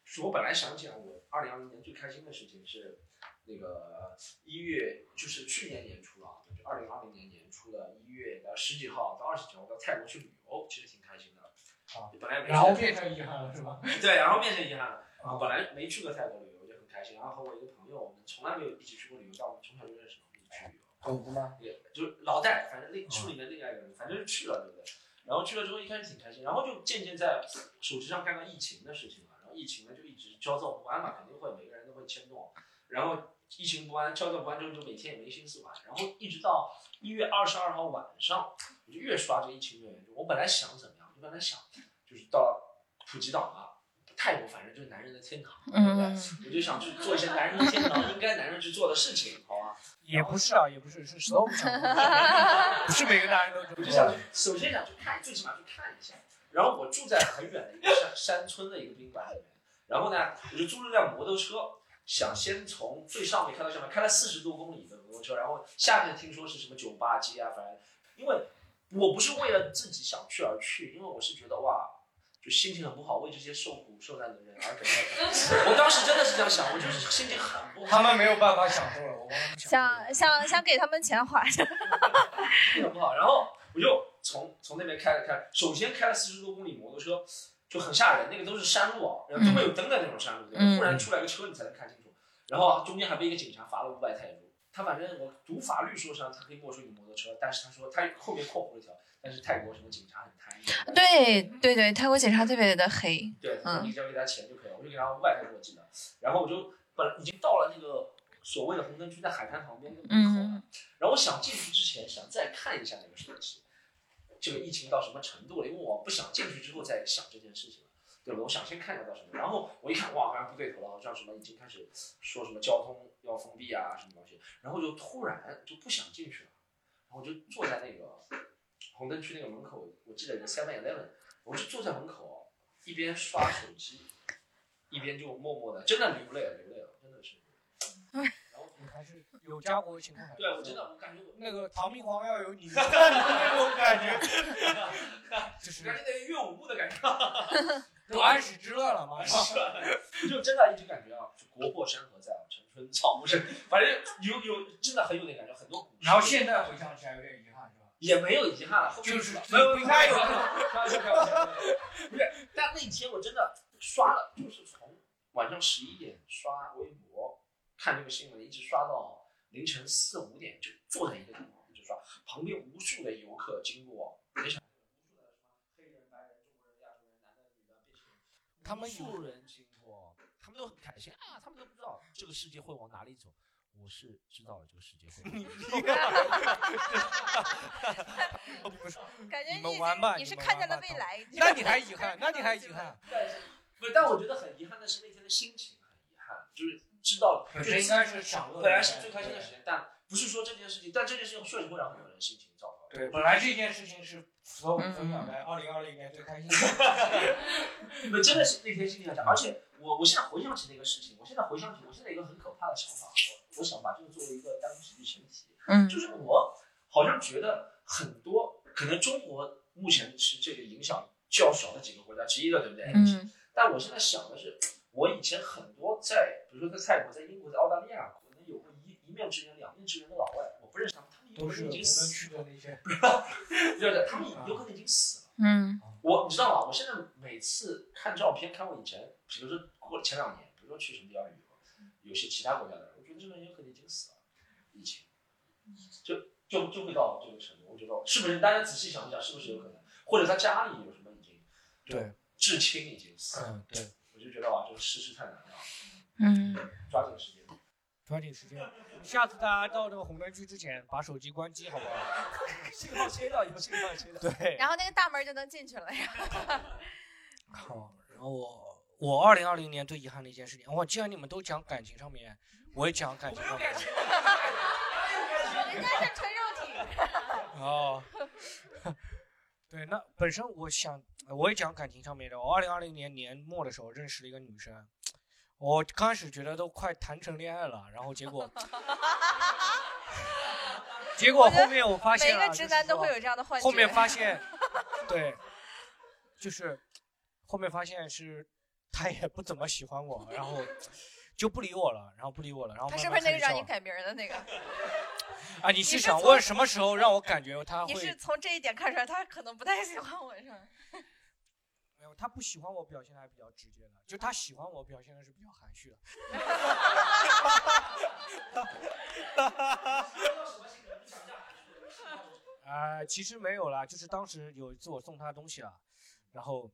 是我本来想讲我二零二零年最开心的事情是，那个一月就是去年年初了啊，就二零二零年年初的一月的十几号到二十几号，我到泰国去旅游，其实挺开心的。啊，本来没然后去变成遗憾了，是吧？ 对，然后变成遗憾了。啊我本来没去过泰国旅游，就很开心。然后和我一个朋友，我们从来没有一起去过旅游，但我们从小就认识，一起去旅游。懂了吗？也就是老戴，反正另处里面另外一个人，反正是去了，对不对？然后去了之后一开始挺开心，然后就渐渐在手机上看到疫情的事情了，然后疫情呢就一直焦躁不安嘛，肯定会每个人都会牵动，然后疫情不安，焦躁不安之后就每天也没心思玩，然后一直到一月二十二号晚上，我就越刷这疫情越严重。我本来想怎么样，我本来想就是到普吉岛嘛，泰国反正就是男人的天堂，对不对？嗯我就想去做一些男人的天堂应该男人去做的事情，好吧？也不是啊，也不是，是石头不想做，不是每个男人都这我么就想想。去， 首先想去看，最起码去看一下。然后我住在很远的一个山山村的一个宾馆里面，然后呢，我就租了辆摩托车，想先从最上面开到下面，开了四十多公里的摩托车，然后下面听说是什么酒吧街啊，反正因为我不是为了自己想去而去，因为我是觉得哇。就心情很不好，为这些受苦受难的人而感到，我 当时真的是这样想，我就是心情很不好。他们没有办法享受了，我帮他们享想想想给他们钱花，很不好。然后我就从从那边开了开，首先开了四十多公里摩托车，就很吓人，那个都是山路啊，然后都没有灯的那种山路，对吧嗯突然出来个车你才能看清楚。然后啊中间还被一个警察罚了五百泰铢。他反正我读法律说上，他可以没收你摩托车，但是他说他后面括弧了一条，但是泰国什么警察很贪心， 对对对，泰国警察特别的黑，对，嗯你只要给他钱就可以了，我就给他五百泰铢我记得，然后我就本来已经到了那个所谓的红灯区，在海滩旁边那个门口了， 嗯然后我想进去之前想再看一下那个手机，这个疫情到什么程度了，因为我不想进去之后再想这件事情了，对吧？我想先看一下到什么，然后我一看哇，好像不对头了，好像什么已经开始说什么交通要封闭啊什么东西，然后就突然就不想进去了，然后我就坐在那个红灯区那个门口，我记得有个 Seven Eleven，我就坐在门口一边刷手机，一边就默默的真的流泪了，流泪了，真的是。然后受。还是有家国情怀。对我真的我感觉我那个《唐明皇要有 你》那种感觉，就我感是觉那个乐舞步的 感觉。不安史之乱了嘛，是吧就真的一直感觉啊，就国破山河在，城春草木深，反正有有真的很有那感觉，很多古诗然后现在回想起来有点遗憾，是吧？ 也没有遗憾啊了，后面就是没有不应该有开玩笑开玩笑，开玩笑不是，但那天我真的刷了，就是从晚上十一点刷微博看这个新闻，一直刷到凌晨四五点，就坐在一个地方一直刷，旁边无数的游客经过，没想到无数的什么黑人、白人、中国人、亚洲人、男的、女的、变性人，他们有素人经过，他们都很开心啊，他们都不知道这个世界会往哪里走。我是知道了这个世界会往哪里走。感觉你你们已玩经吧你你是们看玩吧见了未懂来， 那你 还遗憾，那你还遗憾，但是不是，但我觉得很遗憾的是那天的心情很遗憾，就是知道了，本就是身应该是享乐的，本来是最开心的时间，但不是说这件事情，但这件事情确实会让很多人心情糟糕。对，本来这件事情是所有分享在二零二零年最开心的， 我真的是那天心情很差，而且我我现在回想起那个事情，我现在回想起，我现在有一个很可怕的想法，我我想把这个作为一个单口喜剧前提，嗯就是我好像觉得很多可能中国目前是这个影响较小的几个国家之一了，对不对？嗯但我现在想的是，我以前很多在，比如说在泰国、在英国、在澳大利亚，可能有过一一面之缘、两面之缘的老外，我不认识他们，他们有都可是能我们已经死去的那些。 了，对对，他们有可能已经死了。嗯啊我你知道吗？我现在每次看照片，看我以前，比如说过前两年，比如说去什么地方旅游，有些其他国家的人，我觉得这个人有可能已经死了，疫情，就就就会到这个程度。我觉得是不是？大家仔细想一想，是不是有可能？或者他家里有什么已经对，至亲已经死了，嗯，对，啊我就觉得哇，这个世事太难了。嗯，抓紧时间。抓紧时间。下次大家到那个红灯区之前，把手机关机，好不好？信号切掉，有信号切掉。对。然后那个大门就能进去了。好，然后我我二零二零年最遗憾的一件事情，哇，既然你们都讲感情上面，我也讲感情上面。人家是纯肉体。哦， 对，那本身我想我也讲感情上面的。我二零二零年年末的时候认识了一个女生，我刚开始觉得都快谈成恋爱了，然后结果 结果后面我发每一现个啊，直就是男都会说有这样的幻觉。 后面发现，对，就是后面发现是她也不怎么喜欢我，然后就不理我了，然后不理我了，然后他慢是慢不是开那个始让你笑改名儿的那个？ 啊？你是是想从问什么时候让我感觉他你是会？从这一点看出来，他可能不太喜欢我，是吧？没有，他不喜欢我表现的还比较直接的，就他喜欢我表现的是比较含蓄的。 啊、其实没有啦，就是当时有一次我送他东西了，然后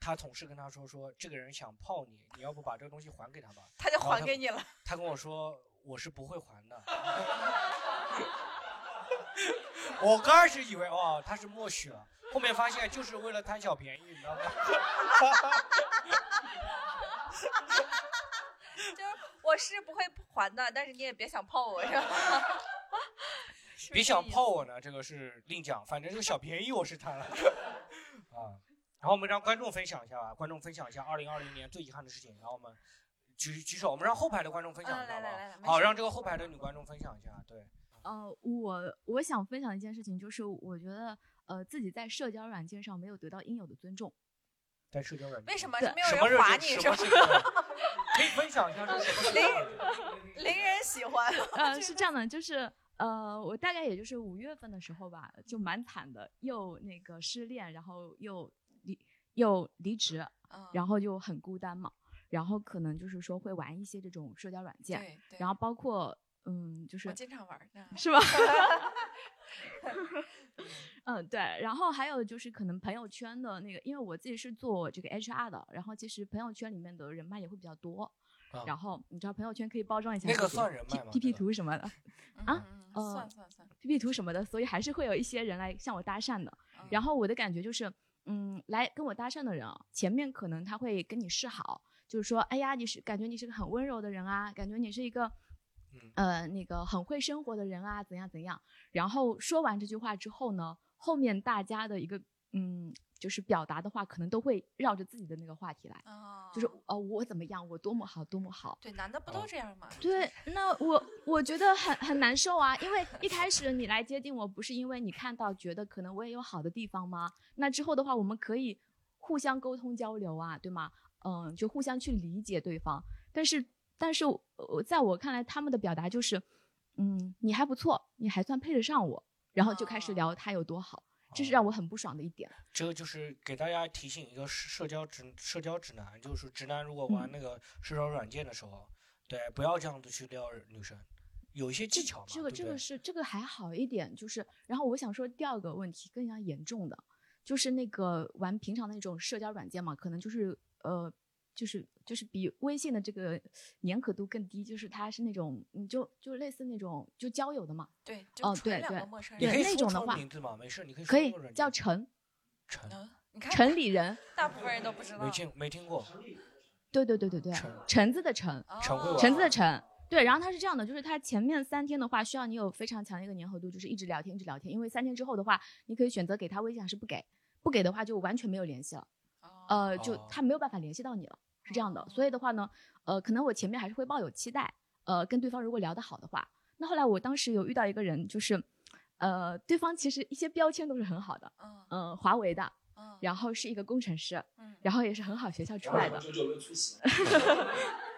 他同事跟他说说这个人想泡你，你要不把这个东西还给他吧？他就然后还给你了。他跟我说我是不会还的。我刚开始以为哦他是默许了，后面发现就是为了贪小便宜，你知道吗？ 就是我是不会还的，但是你也别想泡我，是 吧？是不别是这想个意思泡我呢，这个是另讲，反正这个小便宜我是贪了 啊。然后我们让观众分享一下吧，观众分享一下二零二零年最遗憾的事情，然后我们举举手，我们让后排的观众分享一嗯下来吧。来来来没好，事让这个后排的女观众分享一下。对，呃，我我想分享一件事情，就是我觉得呃自己在社交软件上没有得到应有的尊重。在社交软件为什么对是没有什么人热划情？你什是么是热吧？情啊可以分享一下这是什么热情？啊 零人喜欢， 呃，是这样的，就是呃，我大概也就是五月份的时候吧，就蛮惨的，又那个失恋，然后又离又离职，嗯然后就很孤单嘛，然后可能就是说会玩一些这种社交软对件，对，然后包括嗯，就是我经常玩儿呢。是吧？ 嗯，对。然后还有就是可能朋友圈的那个，因为我自己是做这个 HR 的，然后其实朋友圈里面的人脉也会比较多。啊然后你知道朋友圈可以包装一下那个自己算人脉吗 P P 这个图什么的嗯嗯啊嗯呃算算算。 ，P P 图什么的，所以还是会有一些人来向我搭讪的。嗯然后我的感觉就是，嗯，来跟我搭讪的人啊，前面可能他会跟你示好，就是说，哎呀，你是感觉你是个很温柔的人啊，感觉你是一个嗯，呃，那个很会生活的人啊，怎样怎样。然后说完这句话之后呢，后面大家的一个嗯，就是表达的话，可能都会绕着自己的那个话题来，哦就是呃，我怎么样，我多么好，多么 好。对男的不都这样 吗？对，那我我觉得很很难受啊，因为一开始你来接近我，不是因为你看到觉得可能我也有好的地方吗？那之后的话，我们可以互相沟通交流啊，对吗？嗯，就互相去理解对方。但是，但是我，我在我看来，他们的表达就是，嗯，你还不错，你还算配得上我，然后就开始哦聊他有多好，这是让我很不爽的一点。这个就是给大家提醒一个社社交指社交指南，就是直男如果玩嗯那个社交软件的时候，对，不要这样子去撩女生，有一些技巧嘛，这个对这不个对是这个还好一点，就是然后我想说第二个问题更加严重的，就是那个玩平常那种社交软件嘛，可能就是呃。就是就是比微信的这个粘可度更低，就是它是那种你就就类似那种就交友的嘛，对，就哦纯对两对个陌生你对可人。以那说种出的话名字吗？没事，你可以可说以出人叫名陈陈，嗯，你看城里人，大部分人都不知道没。听没听过，对对对对对，陈橙子的橙，哦陈慧玩橙子的橙。对，然后它是这样的，就是它前面三天的话，需要你有非常强的一个粘合度，就是一直聊天，一直聊天。因为三天之后的话，你可以选择给他微信还是不给，不给的话就完全没有联系了，哦呃，就哦他没有办法联系到你了，是这样的哦。所以的话呢，呃，可能我前面还是会抱有期待，呃，跟对方如果聊得好的话，那后来我当时有遇到一个人，就是，呃，对方其实一些标签都是很好的，嗯嗯、华为的，嗯，然后是一个工程师，嗯然后也是很好学校嗯出来的，九九六猝死，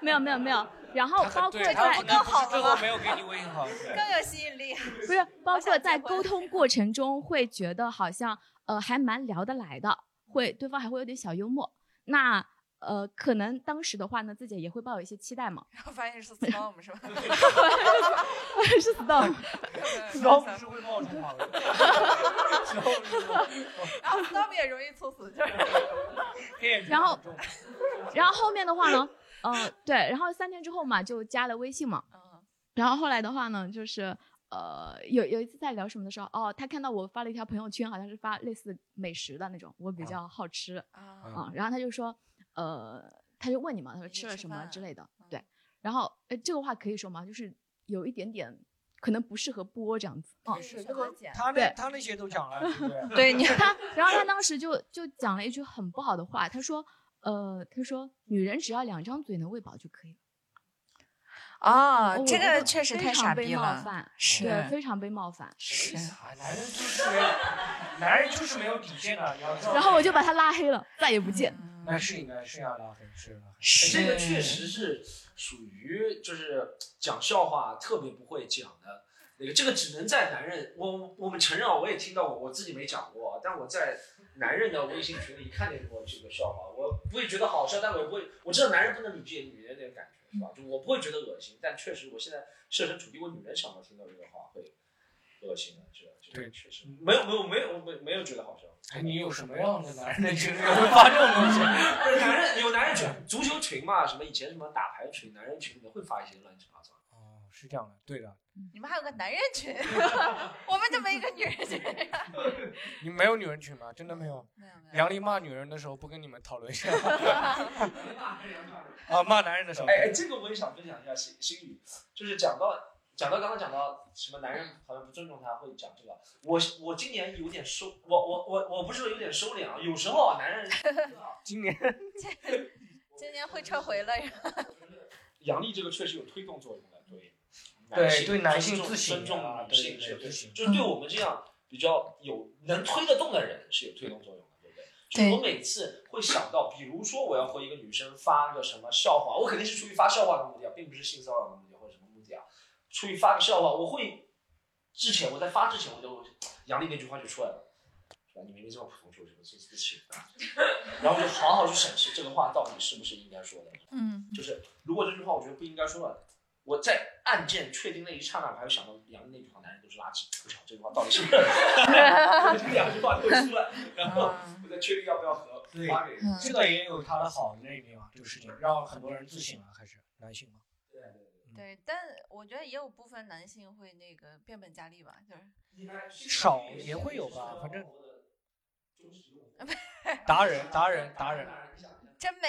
没有没有没有，然后他很包括对他在可不更能不好是最了吗后没有给你微信好友，更有吸引力。啊不 是，包括想在结沟婚通过程中会觉得好像呃还蛮聊得来的，会对方还会有点小幽默。那呃，可能当时的话呢，自己也会抱有一些期待嘛。然后发现是 storm 是吧？是的，不是会冒充好友， 然后 storm 也容易猝死，就是然后， 然后后面的话呢，呃，对，然后三天之后嘛，就加了微信嘛。嗯然后后来的话呢，就是呃，有有一次在聊什么的时候，哦，他看到我发了一条朋友圈，好像是发类似美食的那种，我比较好吃嗯啊啊，然后他就说，呃，他就问你嘛，他说吃了什么之类的，嗯对，然后哎，这个话可以说吗？就是有一点点。可能不适合播这样子啊，哦是这个姐，他那对他那些都讲了，对不 对？对你他，然后他当时就就讲了一句很不好的话，他说，呃，他说女人只要两张嘴能喂饱就可以了。啊，哦这我觉个得确实非太常傻被逼冒了，犯是对，非常被冒犯。是啊，男人就是没有，男人就是没有底线的。你要知道然后我就把他拉黑了，再也不见。那是应该是要拉黑，是要拉黑。是这个确实是属于就是讲笑话特别不会讲的那个，这个只能在男人，我我们承认啊，我也听到过，我自己没讲过啊，但我在男人的微信群里看见过这个笑话，我不会觉得好笑，但我也不会，我知道男人不能理解女人那个感觉，是啊吧？就我不会觉得恶心，但确实我现在设身处地，我女人想到听到这个话会恶心的，是吧？这个对确实没有没有没有我没没有觉得好笑。哎你有什么样的男人的 经历会发这种东西？不是男人有男人群，足球群嘛，什么以前什么打牌群、男人群里面会发一些乱七八糟。哦，是这样的，对的，你们还有个男人群， 我们就没一个女人群。你没有女人群吗？真的没有。没有没有，杨丽骂女人的时候不跟你们讨论一下 啊？骂男人的时候，哎哎，这个我也想分享一下心心语，就是讲到讲到刚刚讲到什么男人好像不尊重他，会讲这个。我我今年有点收，我我我我不是说有点收敛啊，有时候啊男人今年今年会撤回了。杨丽这个确实有推动作用的，对嗯对性对男性尊重自省尊重啊女对性对是有自推省就是对我们这样比较有能推得动的人是有推动作用的，对不对？对就我每次会想到，比如说我要和一个女生发个什么笑话，我肯定是出于发笑话的目的啊，并不是性骚扰的目的或者什么目的啊，出于发个笑话，我会之前我在发之前我就杨丽那句话就出来了，是吧？你明明这么普通，说什么这这情啊？ 然后我就好好去审视这个话到底是不是应该说的。嗯，就是如果这句话我觉得不应该说的，我在案件确定那一刹那，我还会想到杨丽那句话“男人都是垃圾”，我想 这句话到底是不是？这两句话都出来，然后我再确定要不要和对发给。嗯这个也有它的好的那一面啊，这个事情让很多人自省啊，还是男性嘛。对对对 对，但我觉得也有部分男性会那个变本加厉吧，就是应该是少也会有吧反正生活的忠实用户达人，达人，达人， 真没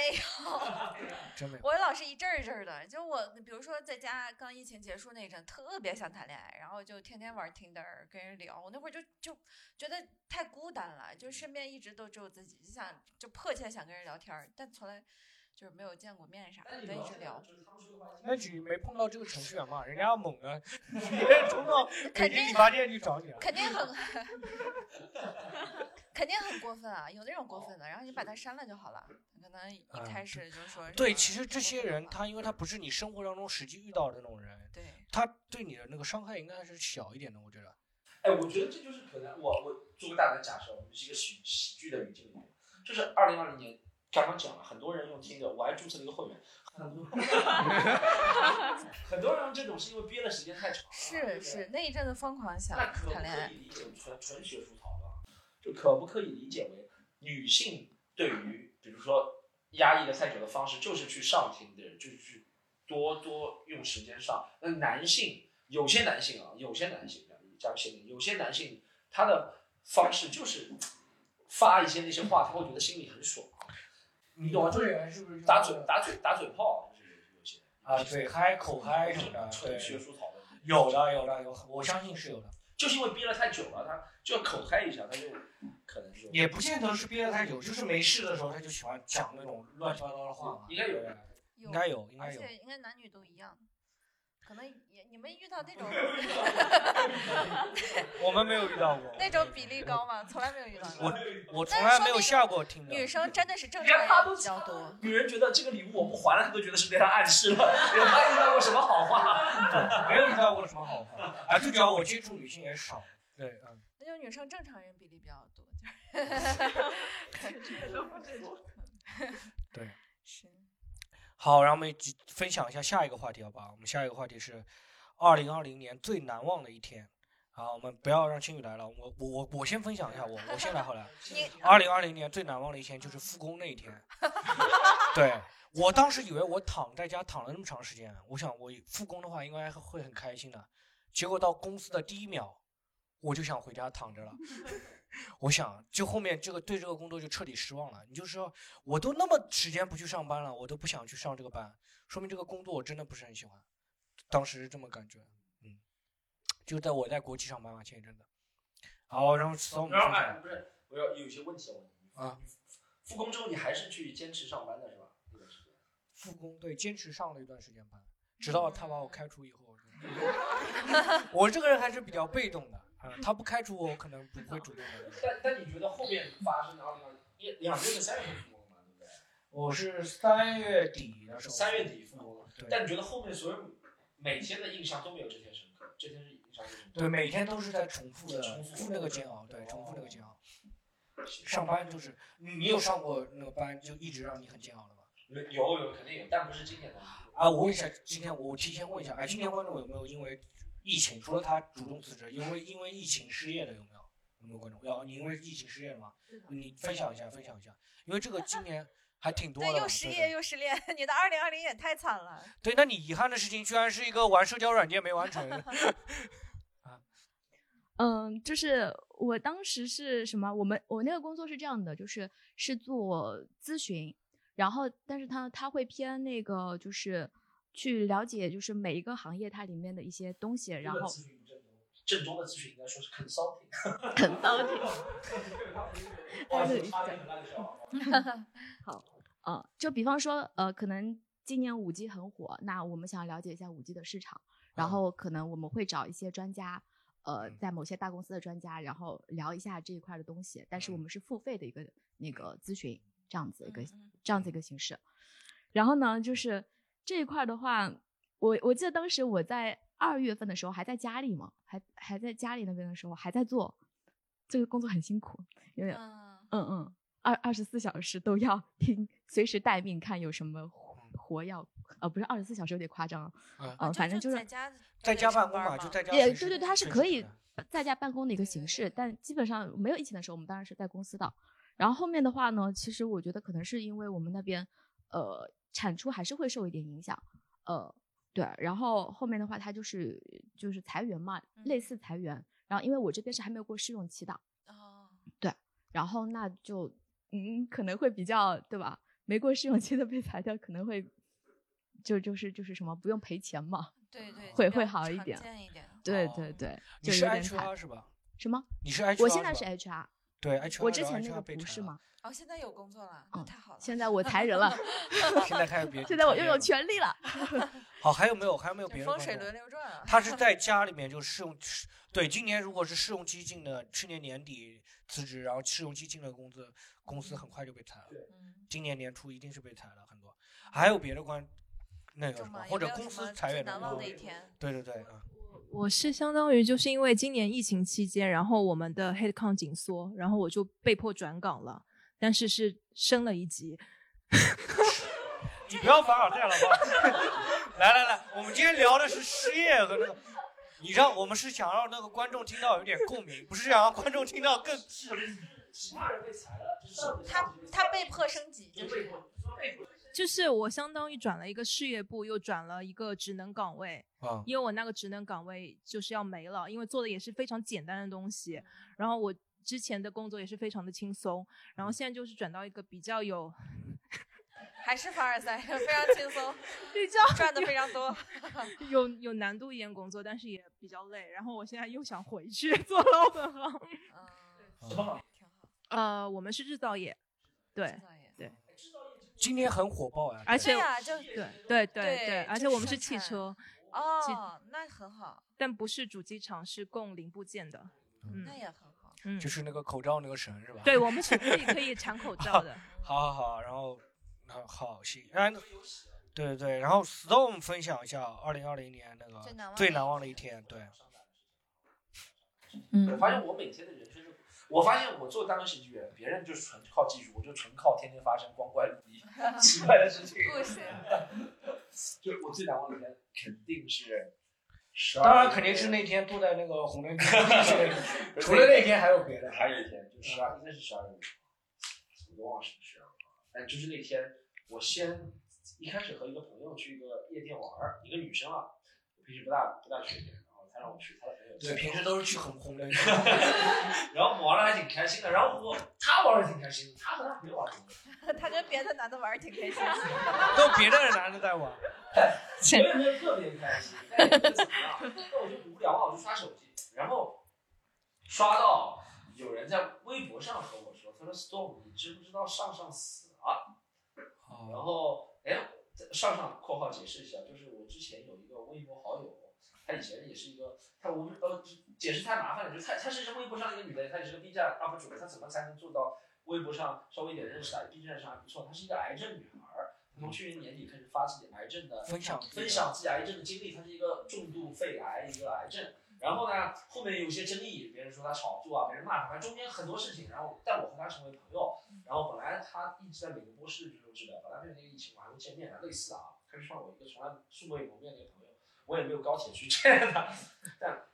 真没有。 我老是一阵儿一阵儿的，就我比如说在家刚疫情结束那一阵，特别想谈恋爱，然后就天天玩 Tinder 跟人聊。我那会儿就就觉得太孤单了，就身边一直都只有自己，就想就迫切想跟人聊天儿，但从来就是没有见过面啥的，但一直聊。那你没碰到这个程序员嘛？人家猛的，直接 冲到北京理发店去找你了。肯定 很，肯定很过分啊！有那种过哦分的，然后你把他删了就好了。可能一嗯开始就 说什对，么其实这些人，过分了他因为他不是你生活当中实际遇到的那种人，对他对你的那个伤害应该还是小一点的，我觉得。哎，我觉得这就是可能我我做个大胆假设，我们是一个喜喜剧的语境里面，就是二零二零年刚刚讲了，很多人用听的，我还注册了一个会员，很多很多人用这种是因为憋的时间太长了，对是不对是，那一阵子疯狂想那可不谈恋可爱以。理解为纯纯学术讨论啊？就可不可以理解为女性对于比如说压抑的太久的方式，就是去上听的，就是去多多用时间上。那男性有些男性啊，有些男性加个限定，有些男性他的方式就是发一些那些话，他会觉得心里很爽，你懂吗？就是人啊是不是打嘴打嘴打嘴炮，就是有些啊？嘴嗨、口嗨什么的，纯学对，术讨论。有的，有的，有，我相信是有的。就是因为憋了太久了，他就要口嗨一下，他就可能就也不见得是憋得太久，就是没事的时候他就喜欢讲那种乱七八糟的话嘛。应该有的有应该有，应该而有。且应该男女都一样，可能也你们遇到 那种 我们没有遇到过那种比例，高吗？从来没有遇到过。我从来没有下过听的。女生真的是正常人比较多，女人觉得这个礼物我不还了，她都觉得是对她暗示了，也没遇到过什么好话。 没有遇到过什么好话，啊，最主要我接触女性也少。对，嗯， 那就女生正常人比例比较多， 就是对，是好，然后我们继分享一下下一个话题，好不好？我们下一个话题是二零二零年最难忘的一天。好，我们不要让青宇来了，我我我我先分享一下，我我先来好了。你二零二零年最难忘的一天就是复工那一天，对我当时以为我躺在家躺了那么长时间，我想我复工的话应该会很开心的，结果到公司的第一秒，我就想回家躺着了。我想，就后面这个对这个工作就彻底失望了。你就说，我都那么时间不去上班了，我都不想去上这个班，说明这个工作我真的不是很喜欢。当时是这么感觉，嗯，就在我在国企上班嘛，前一阵子。好，然后从我们然后分哎，享不是，我要有一些问题要问你。啊，复工之后你还是去坚持上班的是吧？那段时间复工对，坚持上了一段时间班，直到他把我开除以后。我这个人还是比较被动的啊，他不开除我，我可能不会主动的。但但你觉得后面发生的二零二一两月的三月份复工嘛，对不对？ 我是三月底的时候，三月底复工了，对但你觉得后面所有每天的印象都没有这天深刻，这天是印象最深刻。对，每天都是在重复的重复那个煎熬，对，重复那个煎熬。上上班就是你你有上过那个班，就一直让你很煎熬的吗？有有有肯定有，但不是今年的。啊，我问一下，今天我提前问一下，哎，今年观众有没有因为疫情，除了他主动辞职，因为因为疫情失业的有没有？有没有观众？要你因为疫情失业了吗？你分享一下，分享一下，因为这个今年还挺多对，的嘛。又失业又失恋，你的二零二零也太惨了。对，那你遗憾的事情居然是一个玩社交软件没完 成。嗯，就是我当时是什么？我们我那个工作是这样的，就是是做咨询，然后但是他他会偏那个就是去了解就是每一个行业它里面的一些东西，然后咨询郑州，郑州的咨询应该说是 consulting。consulting。插一个很烂的笑话呃，就比方说，呃，可能今年五 G 很火，那我们想了解一下五 G 的市场，然后可能我们会找一些专家，呃，在某些大公司的专家，然后聊一下这一块的东西，但是我们是付费的一个那个咨询，这样子一个这样子一个形式。然后呢，就是这一块的话，我我记得当时我在二月份的时候还在家里嘛，还还在家里那边的时候还在做这个工作，很辛苦，因为嗯，嗯嗯，二二十四小时都要听，随时待命，看有什么活活要，呃，不是二十四小时有点夸张啊，嗯呃，反正就是哦在家在家办公嘛，嘛，就在家随也对时。对对，它是随可时以的在家办公的一个形式，但基本上没有疫情的时候，我们当然是在公司的。然后后面的话呢，其实我觉得可能是因为我们那边呃产出还是会受一点影响，呃对，然后后面的话它就是就是裁员嘛，嗯类似裁员。然后因为我这边是还没有过试用期的，哦，然后那就嗯可能会比较对吧？没过试用期的被裁掉，可能会就就是就是什么不用赔钱嘛？对对，会比较会好一常点见一点。对哦对对，你就是有点惨 HR 是吧？什么？你是 HR，我现在吧是 HR，对 HR，我之然后前 HR 那个被不裁是了？吗？哦，现在有工作了，那嗯太好了。现 在我裁人了， 现在开始别，现在我拥有去。权利了。好，哦还有没有？还有没有别的这风观水众轮流转啊！ 他是在家里面就试用，试对，今年如果是试用期进的，去年年底辞职，然后试用期进了公司，公司很快就被裁了。嗯，今年年初一定是被裁了很多，还有别的关那个中什么嘛，，或者有没有公什么司裁最员难工忘作的一天。对对对，嗯，我是相当于就是因为今年疫情期间，然后我们的 headcount 紧缩，然后我就被迫转岗了，但是是升了一级。你不要凡尔赛了吧？ 来来来，我们今天聊的是失业和那个。你让我们是想让那个观众听到有点共鸣，不是想让观众听到更其他人被裁了，就是上他他被迫升级，就就是被迫被迫就是我相当于转了一个事业部，又转了一个职能岗位，啊因为我那个职能岗位就是要没了，因为做的也是非常简单的东西，然后我之前的工作也是非常的轻松，然后现在就是转到一个比较有还是凡尔赛，非常轻松， 比较赚的非常多。 有有难度一点工作，但是也比较累。然后我现在又想回去做老本行。嗯，什么行挺好。呃，我们是制造业，对制造业今天很火爆啊！而且对呀，就对对对对对，而就且我们是是生汽产车，哦，那很好，但不是主机厂，是供零部件的。嗯那也很好。嗯就，是那个口罩那个绳是吧？对我们是可以可以产口罩的。 好好好，然后好好行，然后对对对，然后 Storm 分享一下二零二零年那个最难忘最的难一忘的一天，对，嗯我发现我每天的人生就，我发现我做单口喜剧演员，别人就纯靠技术，我就纯靠天天发生光怪陆离奇 怪的事情。故事就我最难忘的一天，肯定是十二当然肯定是那天坐在那个红 灯区， 除了那天还有别的。还有一天，就十二，应该是十二月五号，我都忘了是不是了。哎，就是那天，我先一开始和一个朋友去一个夜店玩儿，一个女生啊，我平时不大不大去夜店，然后她让我去，她的朋友对，平时都是去红红灯区。 然后我们玩的还挺开心的，然后我她玩的挺开心的，她和她朋友玩的挺开心的。 他跟别的男的玩儿挺开心的。 都 别的男的在 玩，我也觉得特别开 心， 但也不怎么样。那我就无聊嘛，啊我就刷手机，然后刷到有人在微博上和我说，他说 Storm，你知不知道上上死啊了？然后哎，上上（括号解释一下），就是我之前有一个微博好友，她以前也是一个，她我们呃解释太麻烦了，就是她她是微博上的一个女的，她也是个 B 站 UP 主，她怎么才能做到微博上稍微有点认识啊，B 站上还不错？她是一个癌症女孩儿，从去年年底开始发自己癌症的分享嗯分享自己癌症的经历，他是一个重度肺癌，一个癌症。然后呢，后面有些争议，别人说他炒作啊，别人骂他，反正中间很多事情。然后，但我和他成为朋友。然后本来他一直在美国博士接受治疗，本来面对疫情我还会见面啊，类似的啊。他就算我一个从来素未谋面的一个朋友，我也没有高铁去见他。但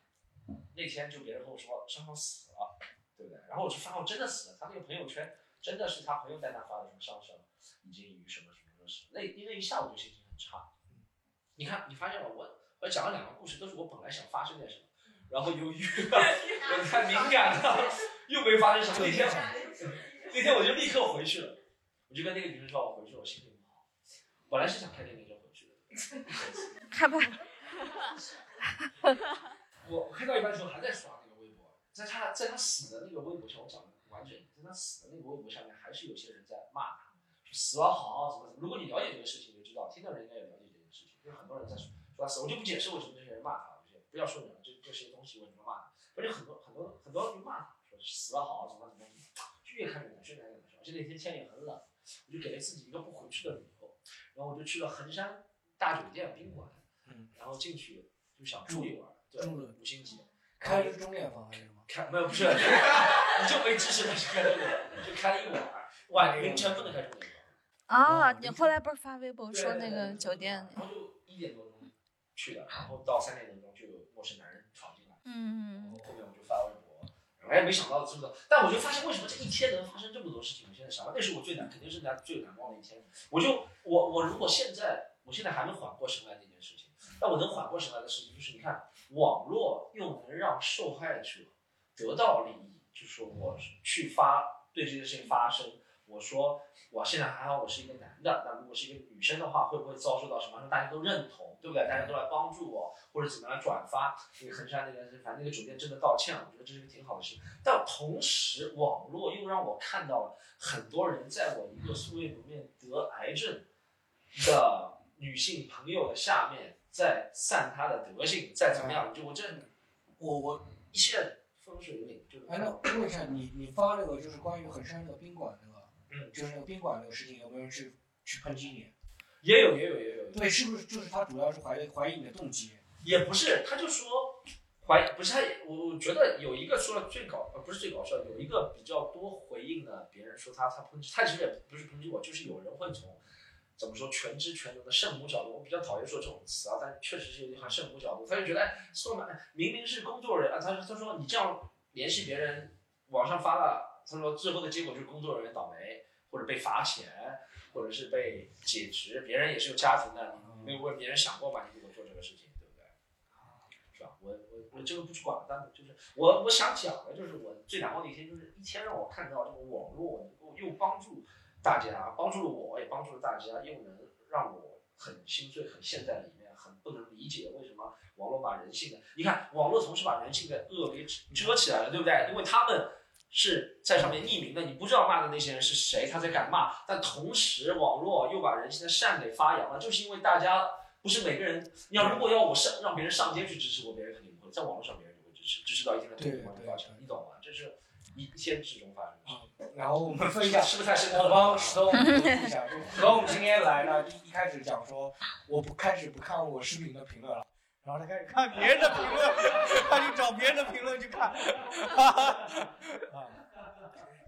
那天就别人跟我说张上死了，对不对？然后我就发现我真的死了，他那个朋友圈真的是他朋友在那发的什么上升，已经于什么什么什么什么，那那一下午就心情很差。你看，你发现了我，我讲了两个故事，都是我本来想发生点什么，然后由于我太敏感了，又没发生什么。那天，那天我就立刻回去了，我就跟那个女生说，我回去了，我心情不好。本来是想开电瓶车回去的，害怕，哦我我看到一半的时候还在刷那个微博，在他在他死的那个微博上，我讲的完整一点，在他死的那个微博下面，还是有些人在骂他，说死了好啊怎么怎么。如果你了解这个事情，你就知道，听到人应该也了解这件事情，因为很多人在说说他死，我就不解释为什么这些人骂他，我就不要说人了，这这些东西为什么骂他，而且很多很多很多人就骂他，说死了好怎啊么怎么怎么，就越看越难受，越看越难受。而且那天天也很冷，我就给了自己一个不回去的理由，然后我就去了衡山大酒店宾馆，嗯，然后进去就想住一晚，对，住了五星级。开的是钟点房还是什么？开没有不是，你就没知识了，就开了一晚，就开了一晚，晚凌晨不能开重点啊，哦你后来不是发微博房。说对那个酒店，然后就一点多钟去的，然后到三点多钟就有陌生男人闯进来，然嗯，后后面我就发微博，然后哎没想到知不知道？但我就发现为什么这一天能发生这么多事情，我现在想到那是我最难，肯定是难最难忘的一天。我就我我如果现在我现在还没缓过神来这件事情，但我能缓过神来的事情就是你看网络又能让受害者得到利益，就是说我去发对这件事情发声，我说我现在还好，我是一个男的，那如果是一个女生的话，会不会遭受到什么？让大家都认同，对不对？大家都来帮助我，或者怎么样转发？那个衡山那个，反正那个酒店真的道歉了，我觉得这是个挺好的事情。但同时，网络又让我看到了很多人在我一个素未谋面得癌症的女性朋友的下面，在散她的德性，再怎么样，就我这我我一切风水岭就是哎，那我问一下你，你发那个就是关于衡山那个宾馆那个，嗯就是那个宾馆那个事情，有没有人去去抨击你？也有也有也有，对，是不是就是他主要是怀疑怀疑你的动机？也不是，他就说怀不是他，我我觉得有一个说的最搞呃不是最搞笑，有一个比较多回应的别人说他他抨击他其实也不是抨击我，就是有人会从怎么说全知全能的圣母角度，我比较讨厌说这种词啊，但确实是有点像圣母角度，他就觉得哎，说嘛，明明是工作人员，啊他他说你这样联系别人，网上发了，他说最后的结果就是工作人员倒霉或者被罚钱。或者是被解职，别人也是有家庭的，你没有为别人想过吗？你如果做这个事情，对不对？是吧？我我我这个不去管了，但就是我我想讲的就是我最难忘的一天，就是一天让我看到这个网络能够又帮助大家，帮助了我，也帮助了大家，又能让我很心碎、很陷在里面，很不能理解为什么网络把人性的，你看网络同时把人性的恶给遮起来了，对不对？因为他们。是在上面匿名的，你不知道骂的那些人是谁，他才敢骂。但同时，网络又把人性的善给发扬了，就是因为大家不是每个人，你要如果要我上让别人上街去支持我，别人肯定不会，在网络上别人就会支持，支持到一定的程度，我就道歉，你懂吗？这是一天之中发生的事情。然后我们分一下，是不是太深我刻了？帮石头补充一下，就石头我们今天来呢，一一开始讲说，我不开始不看我视频的评论了，然后他开始看别人的评论， 他去找别人的评论去看，啊，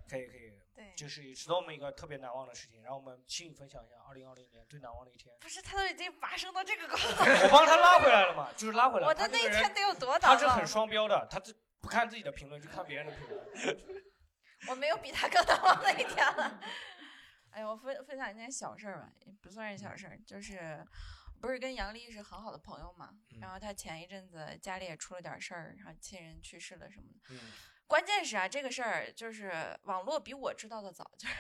可以可以，对，这是是多么一个特别难忘的事情。然后我们请你分享一下二零二零年最难忘的一天。，不是，他都已经拔升到这个高度我帮他拉回来了嘛， 就是拉回来。我的他这那个一人天得有多他难是很忘？啊双标的，他这不看自己的评论，就看别人的评论。我没有比他更难忘的一天了。 哎呀，我分分享一件小事儿吧，也不算是嗯小事儿，就是不是跟杨丽是很好的朋友嘛。嗯然后她前一阵子家里也出了点事儿，然后亲人去世了什么的。关键是啊，这个事儿就是网络比我知道的早，就是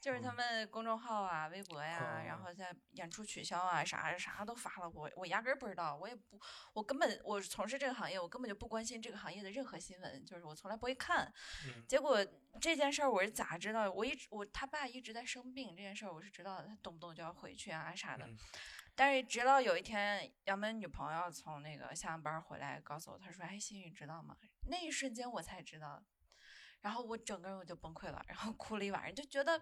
就是他们公众号啊、微博呀、然后在演出取消啊，啥啥都发了，我我压根儿不知道，我也不，我根本我从事这个行业，我根本就不关心这个行业的任何新闻，就是我从来不会看。嗯结果这件事儿我是咋知道？我一直我他爸一直在生病，这件事儿我是知道的，他动不动就要回去啊啥的。但是直到有一天，杨门女朋友从那个下完班儿回来，告诉我，她说：“哎，欣宇知道吗？”那一瞬间我才知道，然后我整个人我就崩溃了，然后哭了一晚上，就觉得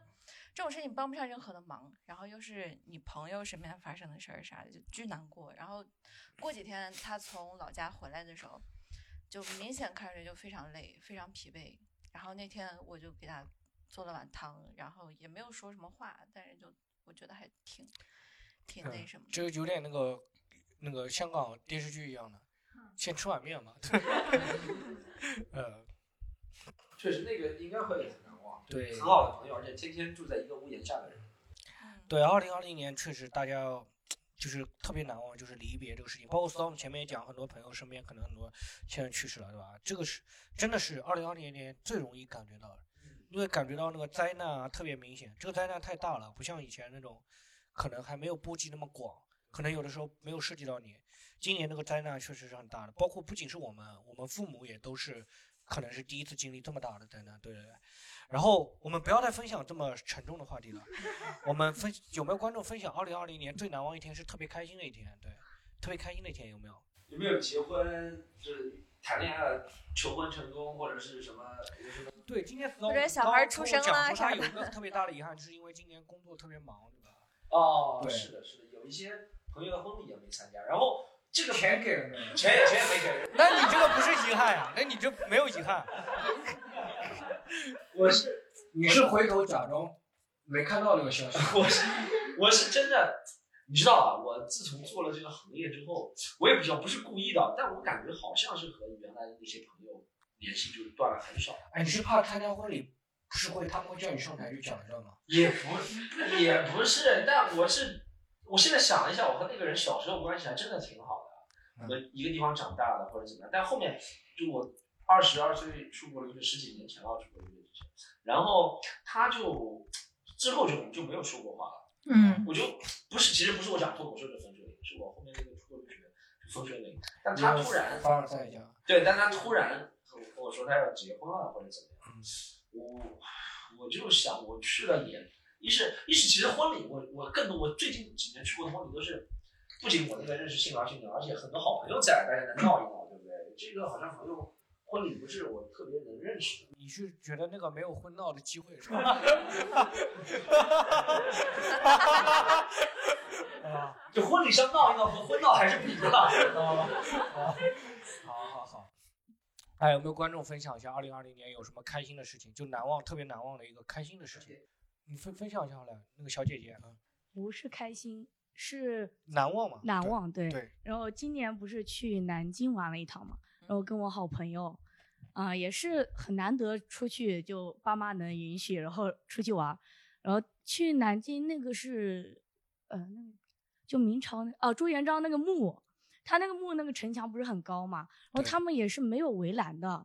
这种事情帮不上任何的忙，然后又是你朋友身边发生的事儿啥的，就巨难过。然后过几天她从老家回来的时候，就明显看着就非常累，非常疲惫。然后那天我就给她做了碗汤，然后也没有说什么话，但是就我觉得还挺挺 那什么的。这个有点那个那个香港电视剧一样的，嗯先吃碗 面嘛。 呃， 确实那个应该会很难忘，对很好的朋友，而且天天住在一个屋檐下的人，对，二零二零年确实大家要就是特别难忘，就是离别这个事情。包括 Storm 前面也讲，很多朋友身边可能很多亲人去世了，对吧？这个是真的是二零二零年最容易感觉到的，因为感觉到那个灾难啊特别明显。这个灾难太大了，不像以前那种可能还没有波及那么广，可能有的时候没有涉及到你。今年那个灾难确实是很大的，包括不仅是我们，我们父母也都是可能是第一次经历这么大的灾难，对对对。然后我们不要再分享这么沉重的话题了，我们呃分有没有观众分享二零二零年最难忘一天是特别开心的一天？对，特别开心的一天有没有？有没有结婚就是谈恋爱求婚成功或者是什么？有什么对，今天或者小孩儿出生啦他啥有一个的。特别大的遗憾，就是因为今年工作特别忙，对吧？哦，对是的，是的，有一些朋友的婚礼也没参加，然后这 个钱给了没有？钱钱也没给人。那你这个不是遗憾呀、啊那你这没有 遗憾。我是你是回头假装没看到这个消息， 我是我是真的，你知道吧？我自从做了这个行业之后，我也不知道不是故意的，但我感觉好像是和原来的那些朋友联系就断了很少，哎，你是怕参加婚礼不是会他们会叫你上台去讲一段吗？也不也不是，但我是我现在想了一下，我和那个人小时候关系还真的挺好的，我们一个地方长大的或者怎么样，但后面就我二十二岁出国留学，十几年前了出国留学之前，然后他就之后就就没有说过话了。嗯，我就不是，其实不是我讲脱口秀的分水岭，是我后面那个出国留学是分水岭。但他突然，凡尔赛一下，对，但他突然和我跟我说他要结婚了或者怎么样，嗯我我就想我去了也，一是一是其实婚礼我我更多我最近几年去过的婚礼都是，不仅我那个认识新郎新娘，而且很多好朋友在，大家能闹一闹，对不对？这个好像 朋友婚礼不是我特别能认识的。你是觉得那个没有婚闹的机会是吧？ 啊，就婚礼上闹一闹和婚闹还是不一样 的。好好好。哎，有没有观众分享一下二零二零年有什么开心的事情？就难忘，特别难忘的一个开心的事情，你分分享一下好了。那个小姐姐啊，不是开心，是难忘嘛？难对忘。对。对然后今年不是去南京玩了一趟嘛，然后跟我好朋友，啊、也是很难得出去，就爸妈能允许，然后出去玩儿。然后去南京那个是，呃，那个就明朝那哦、朱元璋那个墓，他那个墓那个城墙不是很高嘛，然后他们也是没有围栏的。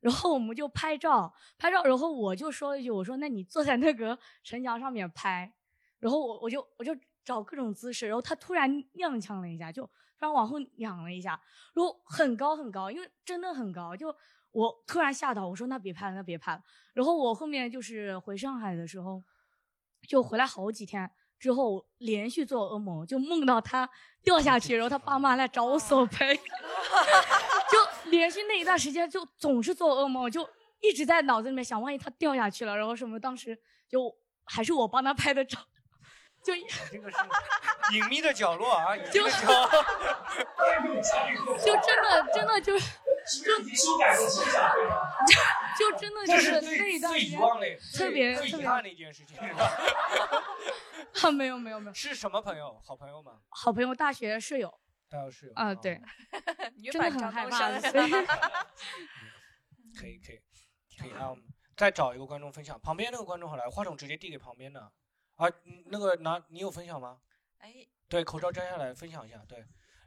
然后我们就拍照，拍照，然后我就说了一句，我说那你坐在那个城墙上面拍，然后我我就我就找各种姿势，然后他突然踉跄了一下，就突然往后仰了一下，然后很高很高，因为真的很高，就我突然吓到，我说那别拍了，那别拍了。然后我后面就是回上海的时候，就回来好几天之后，连续做噩梦，就梦到他掉下去，然后他爸妈来找我索赔。 就连续那一段时间就总是做噩梦，就一直在脑子里面想，万一他掉下去了，然后什么，当时就还是我帮他拍的照，就这个是隐秘的角落啊，隐秘就的角落。 就 真的真的就是这已经修改过几讲对吧？ 就就真的这就是那一最段最时遗间忘的、特最别最特遗别憾的一件事情。啊，没有没有没有，是什么朋友？好朋友吗？好朋友大学室友大学室友啊，对， 女真的版很张害东怕升 所以可以可以可以啊，我们再找一个观众分享。旁边那个观众好来，话筒直接递给旁边的。啊，嗯那个拿你有分享吗？ 哎，对，口罩摘下来分享一下。对，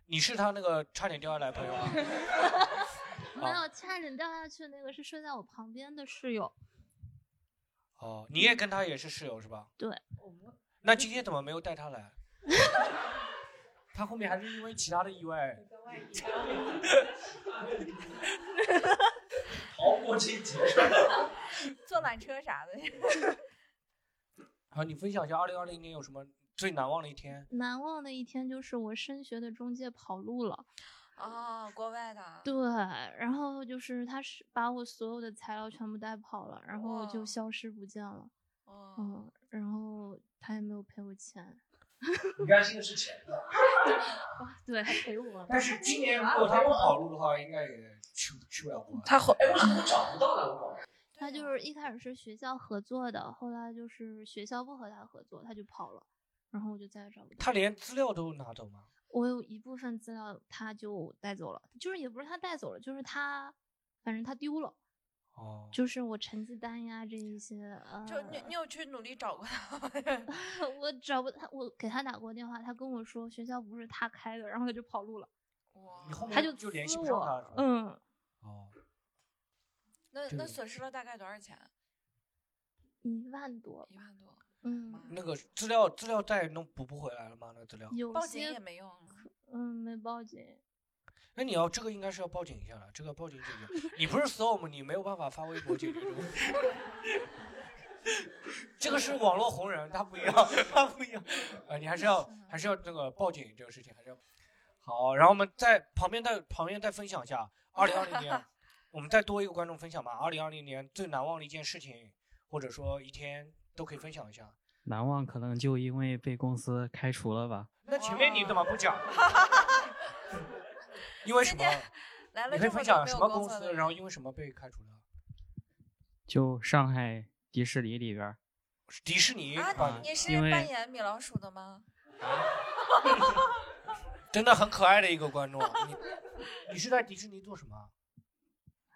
你是他那个差点掉下来的朋友吗？ 没有，差点掉下去那个是睡在我旁边的室友。哦，你也跟他也是室友是吧？对，那今天怎么没有带他 来？他后面还是因为其他的意外。逃过这一劫。坐缆车啥的。 好，你分享一下二零二零年有什么最难忘的一天？难忘的一天就是我升学的中介跑路了。哦，国外的。对，然后就是他是把我所有的材料全部带跑了，然后我就消失不见了。嗯，然后他也没有赔我 钱。你担心的是钱，对，还赔我了。但是今年如果他不 跑路的话，应该也去去不了国外。他后哎，为什么找不到呢？我搞不懂他啊就是一开始是学校合作的，后来就是学校不和他合作，他就跑了，然后我就再也找不到。他连资料都拿走吗？我有一部分资料他就带走了，就是也不是他带走了，就是他，反正他丢了。哦，就是我成绩单呀这一些，呃，就你，你有去努力找过他吗？ 我找不他，我给他打过电话，他跟我说学校不是他开的，然后他就跑路了。你后面他就就联系撕不上我他了是吧嗯，那这那个损失了大概多少钱？一万多，一万多，嗯，那个资料资料再弄补不回来了吗？那个资料有报警些也没用啊。嗯，没报警。那你要这个应该是要报警一下了，这个报警解 决。你不是 storm，你没有办法发微博解决这个问题。这个是网络红人，他 不一样，他不一样。呃，你还是要还是要这个报警这个事情还是要好。然后我们在旁边再旁边再分享一下，二零二零 年我们再多一个观众分享吧。二零二零年最难忘的一件事情，或者说一天都可以分享一下。难忘可能就因为被公司开除了吧。那前面你怎么不 讲？因为什么？来了你可以这分么享久没什有么工公作司，的然后人，因为什么被开除了？就上海迪士尼里边儿，迪士尼啊，你是因为扮演米老鼠的吗？啊 真的很可爱的一个观众。啊你你是在迪士尼做什么？啊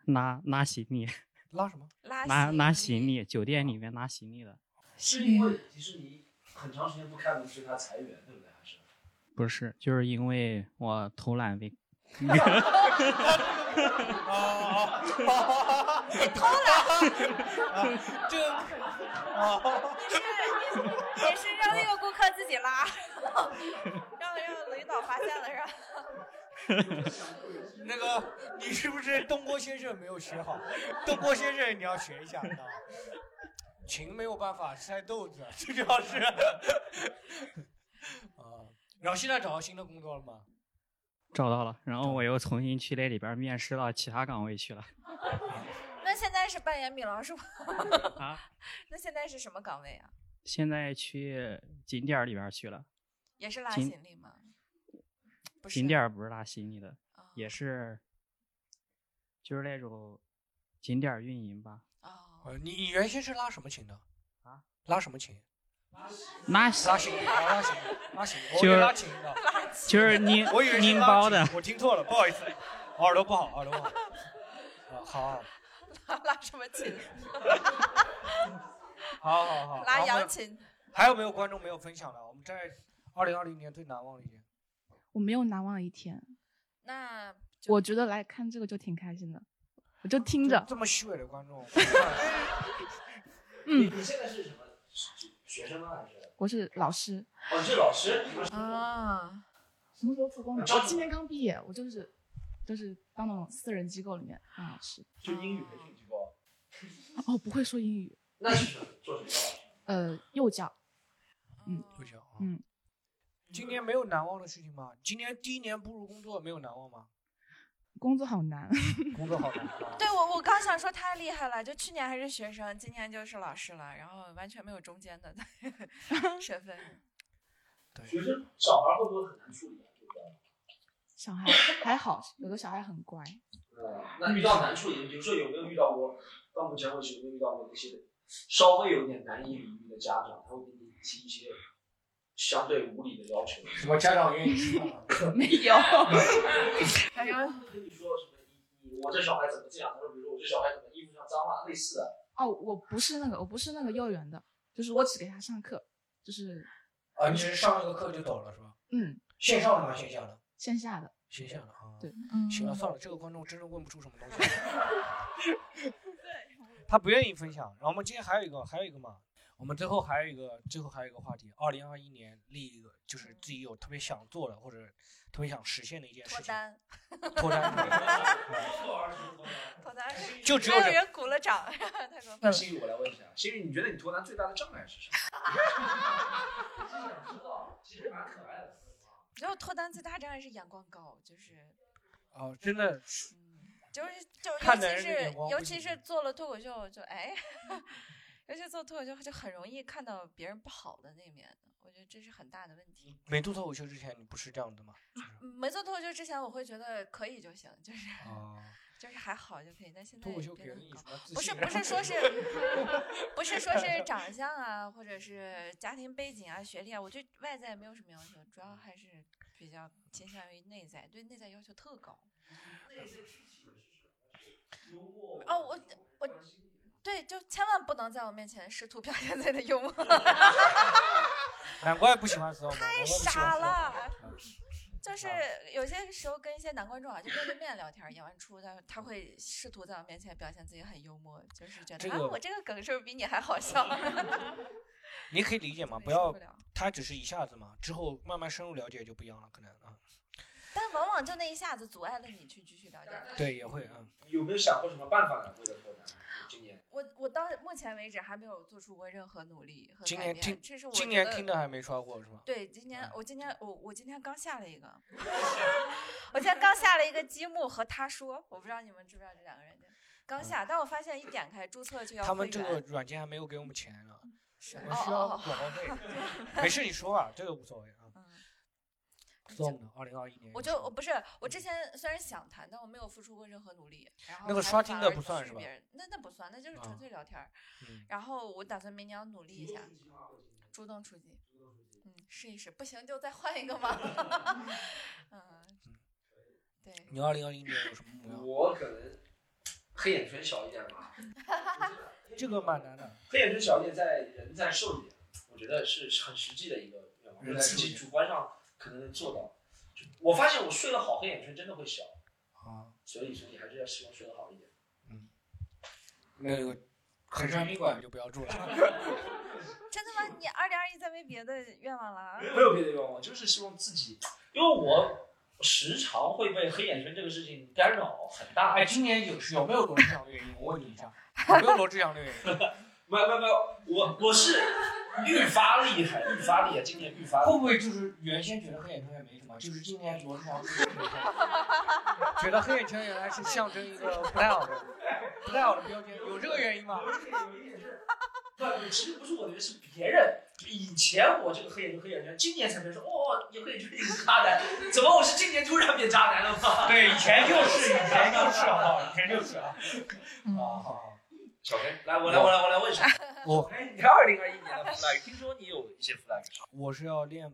拉拉行 李，拉什么？拉拉拉行李，酒店哦里面拉行李的，是因为迪士尼很长时间不开门，所以他裁员，对不对？还是不是，就是因为我偷懒被。偷懒， 这你是你是你是让那个顾客自己拉，让让领导发现了是吧？ 那个，你是不是东郭先生没有学好？东郭先生，你要学一下，你知道吗？琴没有办法塞豆子，这主要是。 啊，然后现在找到新的工作了吗？找到了，然后我又重新去那里边面试到其他岗位去了。那现在是扮演米老鼠吗？啊，那现在是什么岗位啊？现在去景点儿里边儿去了，也是拉景行李吗？不景是哦点儿不是拉行李的，也是就是那种景点儿运营吧，呃，你你原先是拉什么琴的？啊，拉什么琴？拉拉琴，啊拉琴，拉琴，我以就为是拉琴的，就是拧 我以为是拧拉包琴的我听错了，不好意思，我耳朵不好，耳朵不好。 啊，好，拉拉什么琴？好，好，好，拉好扬。琴。还有没有观众没有分享的？我们在二零二零年最难忘的一天。我没有难忘的一天。那我觉得来看这个就挺开心的，我就听着。这么虚伪的观众，嗯，你现在是什么学学生吗？还是我是老师。哦，你是老师？你是啊，什么时候复工的？招我今年刚毕业，我就是就是当那种私人机构里面当老师。就英语培训机构？哦，不会说英语。那是什么？做什么？呃，幼教。嗯，幼教。嗯，今年没有难忘的事情吗？今年第一年步入工作，没有难忘吗？工作好难。啊工作好难。啊对我，我刚想说太厉害了，就去年还是学生，今年就是老师了，然后完全没有中间的 身份。 学生小孩会不会很难处理啊？对不对？小孩还好，有的小孩很乖。呃，那遇到难处也，比如说有没有遇到过，到目前为止有没有遇到过那些稍微有点难以理喻的家长，他会给你提一些相对无理的要求？什么家长愿意吃 饭？没 有他跟你说什么？你你我这小孩怎么这样？他说，比如说我这小孩怎么衣服上脏了，类似的。哦，我不是那个，我不是那个幼儿园的，就是我只给他上课，就是啊，你只是上一个课就走了是吧？嗯，线上的吗？线下的？线下的。线下的啊。对，行了，算了，这个观众真的问不出什么 东西。他不愿意分享。然后我们今天还有一个，还有一个嘛，我们最后还有一个，最后还有一个话题，二零二一年立一个就是自己有特别想做的或者特别想实现的一件事脱情。单，脱单 脱单是一个，就只有还有这人鼓了掌， 他说那心宇，我来问一下，心宇，你觉得你脱单最大的障碍是什 只有脱单最大障碍是眼光高，就是哦，真的是就是就尤看的其人的眼是光尤不其行是做了脱口秀就哎， 尤其做脱口秀就很容易看到别人不好的那面的，我觉得这是很大的问题。没做脱口秀之前，你不是这啊样的吗？嗯没做脱口秀之前，我会觉得可以就行，就是啊，就是还好就可以。但现在脱口也秀变给得人 一很高种自不是信不是然说后是不是说是长相啊，或者是家庭背景啊、学历啊，我对外在没有什么要求，主要还是比较倾向于内在，对内在要求特高。哦，我我对，就千万不能在我面前试图表现自己的幽默， 难怪不喜欢死我们，太难怪不喜欢傻死我们嗯了。就是有些时候跟一些男观众啊，就面对面聊天，演完出他他会试图在我面前表现自己很幽默，就是觉这得、啊，个我这个梗是不是比你还好笑？ 你可以理解嘛，不要他只是一下子嘛，之后慢慢深入了解就不一样了，可能啊，但往往就那一下子阻碍了你去继续了解他。对，也会啊。么？有没有想过什么办法呢？为了脱单，今年我我到目前为止还没有做出过任何努力和今改年变，听这是我今觉年得听的还嗯没刷过是吗？对，今天我今天我我今天刚下 了一个，我今天刚下了一个积木和他说，我不知道你们知不知道这两个人，刚下，但我发现一点开注册就要嗯他们会这个员软件还没有给我们钱呢，我们哦需哦要哦 嗯广告费。没事，你说吧，这个无所谓啊。做我们的二零二一年，我就我不是我之前虽然想谈，但我没有付出过任何努力。然后那个还刷反听的而不算去是吧别人那那不算，那就是纯啊粹聊天儿。嗯然后我打算明年要努力一下，主动出击，嗯，试一试，不行就再换一个 嘛。嗯，对，你二零二一年有什么目标？我可能黑眼圈小一点吧。这个蛮难的。黑眼圈小一点，在人在瘦一点，我觉得是很实际的一个愿望，人在自瘦一己点主观上可能能做到。就我发现我睡得好，黑眼圈真的会小，啊，所以所以还是要希望睡得好一点。那个衡山宾馆就不要住了。真的吗？你二零二一再没别的愿望了啊？没有别的愿望，就是希望自己，因为我时常会被黑眼圈这个事情干扰很大。哎，今年有有没有罗志祥的原因？我问你一下，有没有罗志祥的原因？ 没有没有没有，我我是愈发厉害，愈发厉害，今年愈发厉 害。会不会就是原先觉得黑眼圈也没什么，就是今年罗志祥出现以后，觉得黑眼圈原来是象征一个不太好的、不太好的标签，有这个原因 吗？不，其实不是我的人，是别人。以前我这个黑眼圈黑眼圈，今年才变成哦，你黑眼圈一个渣男，怎么我是今年突然变渣男了 吗？对，以前就是，以前就是，好不好？以前就是啊。小黑，来我来我来我来问一下，我哎，你看二零二一年的 flag，听说你有一些 flag 是吧 我是要练，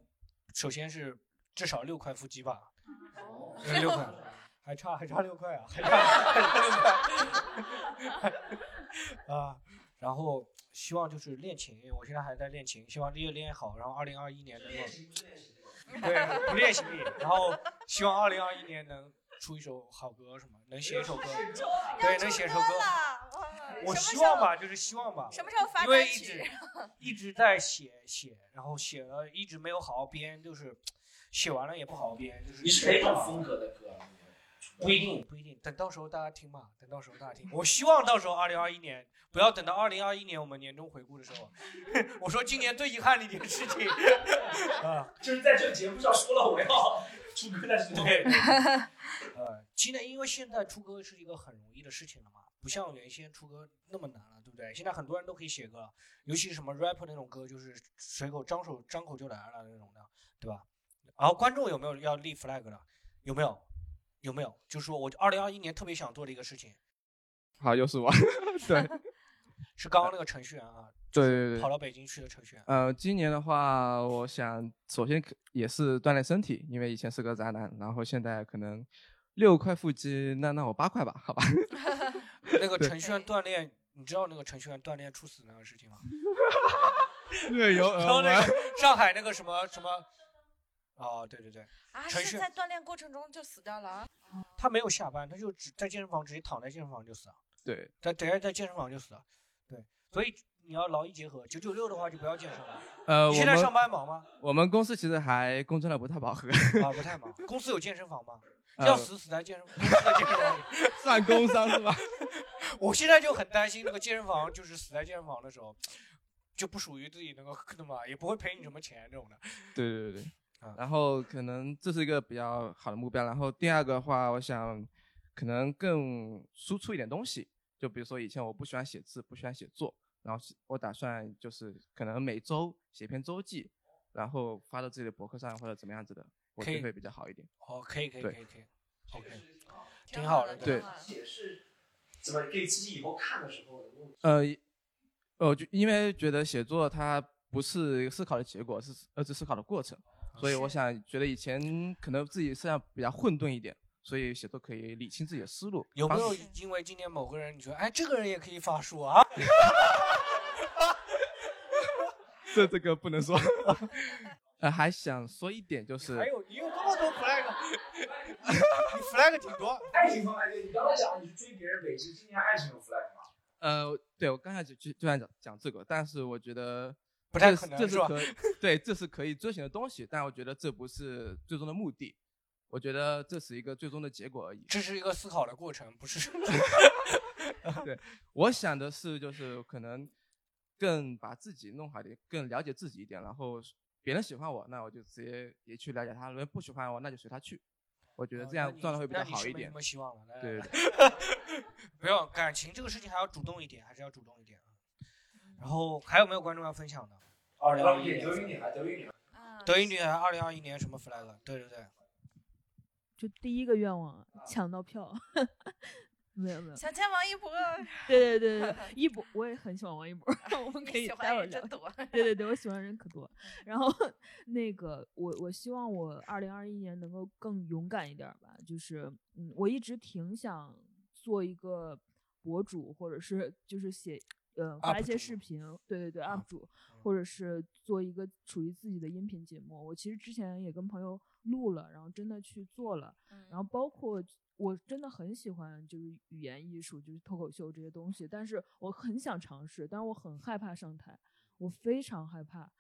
首先是至少六块腹肌 吧，嗯六块，还差还差六块啊，还差还差六块啊。然后希望就是练琴，我现在还在练琴，希望越练越好。然后二零二一年能够，对，不练习力。然后希望二零二一年能出一首好歌什么，能写一首歌，对，能写一首歌。我希望吧，就是希望吧。什么时候发因为单一曲直一直在写写，然后写了一直没有好好编，就是写完了也不好好编，就是你是哪种风格的歌啊？不一定不一定，等到时候大家听吧，等到时候大家听。我希望到时候二零二一年，不要等到二零二一年我们年终回顾的时候， 我说今年最遗憾的一件事情啊， 就是在这个节目上说了我要出歌的时候，对， 呃，现在因为现在出歌是一个很容易的事情了嘛，不像原先出歌那么难了，对不对？现在很多人都可以写歌，尤其是什么 rap 那种歌，就是随口张手张口就来了那种的，对吧？然后观众有没有要立 flag 的？有没有？有没有？就是说我二零二一年特别想做的一个事情， 好，又是 我， 对， 是刚刚那个程序员啊，对对对，跑到北京去的啊程序员。呃，今年的话，我想首先可也是锻炼身体，因为以前是个宅男，然后现在可能六块腹肌，那那我八块吧， 好吧。那个程序员锻炼，你知道那个程序员锻炼猝死那个 事情吗？略有 耳然后那闻。 个上海那个什么什么，哦，对对对，啊，程是序在锻炼过程中就死掉了啊？他没有下班，他就只在健身房直接躺在健身房就死了，对，他等下在健身房就死了，对，所以你要劳逸结合，九九六的话就不要健身了。呃，你我现在们上班忙吗？ 我们公司其实还工作量不太饱和。啊，不太忙。公司有健身房吗？呃要死死在健身公司的健身房里。 算工伤是吧？ 我现在就很担心那个健身房，就是死在健身房的时候，就不属于自己能够那么，也不会赔你什么钱这种的。对对 对对。啊然后可能这是一个比较好的目标。然后第二个的话，我想可能更输出一点东西，就比如说以前我不喜欢写字，不喜欢写作，然后我打算就是可能每周写篇周记，然后发到自己的博客上或者怎么样子的，我可觉以得会比较好一点。哦，可以可以可对以可以，OK，挺好的。对，也是怎么给自己以后看的时候能够呃，我就因为觉得写作它不是一个思考的结果，是而是思考的过程，啊所以我想觉得以前可能自己思想比较混沌一点，所以写作可以理清自己的思路。有没帮有自己因为今天某个人，你觉得哎，这个人也可以发书啊？ 这这个不能说。 呃，还想说一点就是，哎还有你有这么多 flag，你 flag 挺多。爱情方面，对你刚才讲的你去追别人北京，今年爱情有 flag 吗？呃，对我刚才就就就想讲讲这个，但是我觉得不太这可能这是是吧可以对，这是可以追寻的东西，但我觉得这不是最终的目的，我觉得这是一个最终的结果而已。这是一个思考的过程，不是。 对，我想的是就是可能更把自己弄好一点，更了解自己一点，然后别人喜欢我，那我就直接也去了解他；，如果不喜欢我，那就随他去。我觉得这样状态会比较好一点。哦那你是没什么希望了来对来对来不要感情这个事情还要主动一点，还是要主动一点啊。然后还有没有观众要分享的？二零二一也年德云女孩，德云女孩，德云女孩二零二一年什么 flag？对对对，就第一个愿望啊抢到 票，没有没嗯有，想见王一博， 对对对对，一博我也很喜欢王一博，我们可以喜欢待会儿人真聊多对对对，我喜欢人可多。 然后那个我我希望我二零二一年能够更勇敢一点儿吧，就是嗯，我一直挺想做一个博主，或者是就是写啊呃发啊 UP 一些主视频，对对对，UP 主，或者是做一个属于自己的音频节目。我其实之前也跟朋友录了，然后真的去做了，然后包括。我真的很喜欢就是语言艺术，就是脱口秀这些东西，但是我很想尝试，但是我很害怕上台，我非常害怕，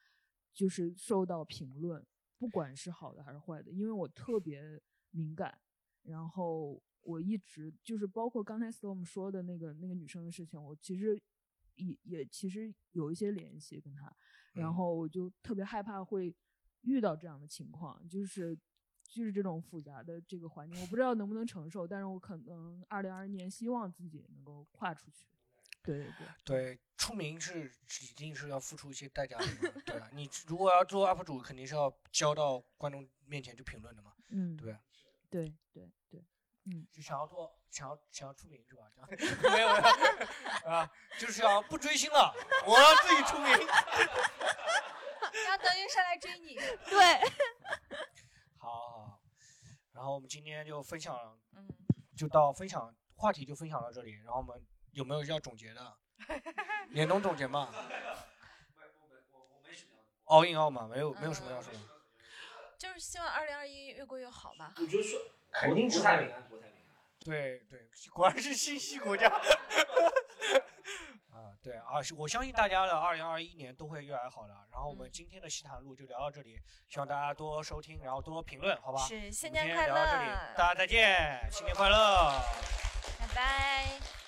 就是受到评论，不管是好的还是坏的，因为我特别敏感，然后我一直就是包括刚才 Storm 说的那个那个女生的事情，我其实也也其实有一些联系跟她，然后我就特别害怕会遇到这样的情况，就是。就是这种复杂的这个环境，我不知道能不能承受，但是我可能二零二一年希望自己能够跨出去。对对对，对，出名是一定是要付出一些代价的嘛，对吧？你如果要做 UP 主，肯定是要交到观众面前去评论的嘛，嗯，对吧？对对对，嗯，就想要做，想要想要出名是吧？这样 没有没有 啊，就是想不追星了， 我要自己出名。让德云社来追你。对，好好，好，然后我们今天就分享，嗯，就到分享话题就分享到这里，然后我们有没有要总结的？年终总结嘛，all in all 嘛，没有没有什么要说的。就是希望二零二一越过越好吧。我觉得说肯定是国泰民安，国泰民安。对对，果然是信息国家。 啊，对啊，是我相信大家的二零二一年都会越来越好的。啊然后我嗯们今天的西坦路就聊到这里，希望大家多收听，然后多评论，好吧？是我们今新年天快聊到这乐里，大家再见，新年快乐。拜拜。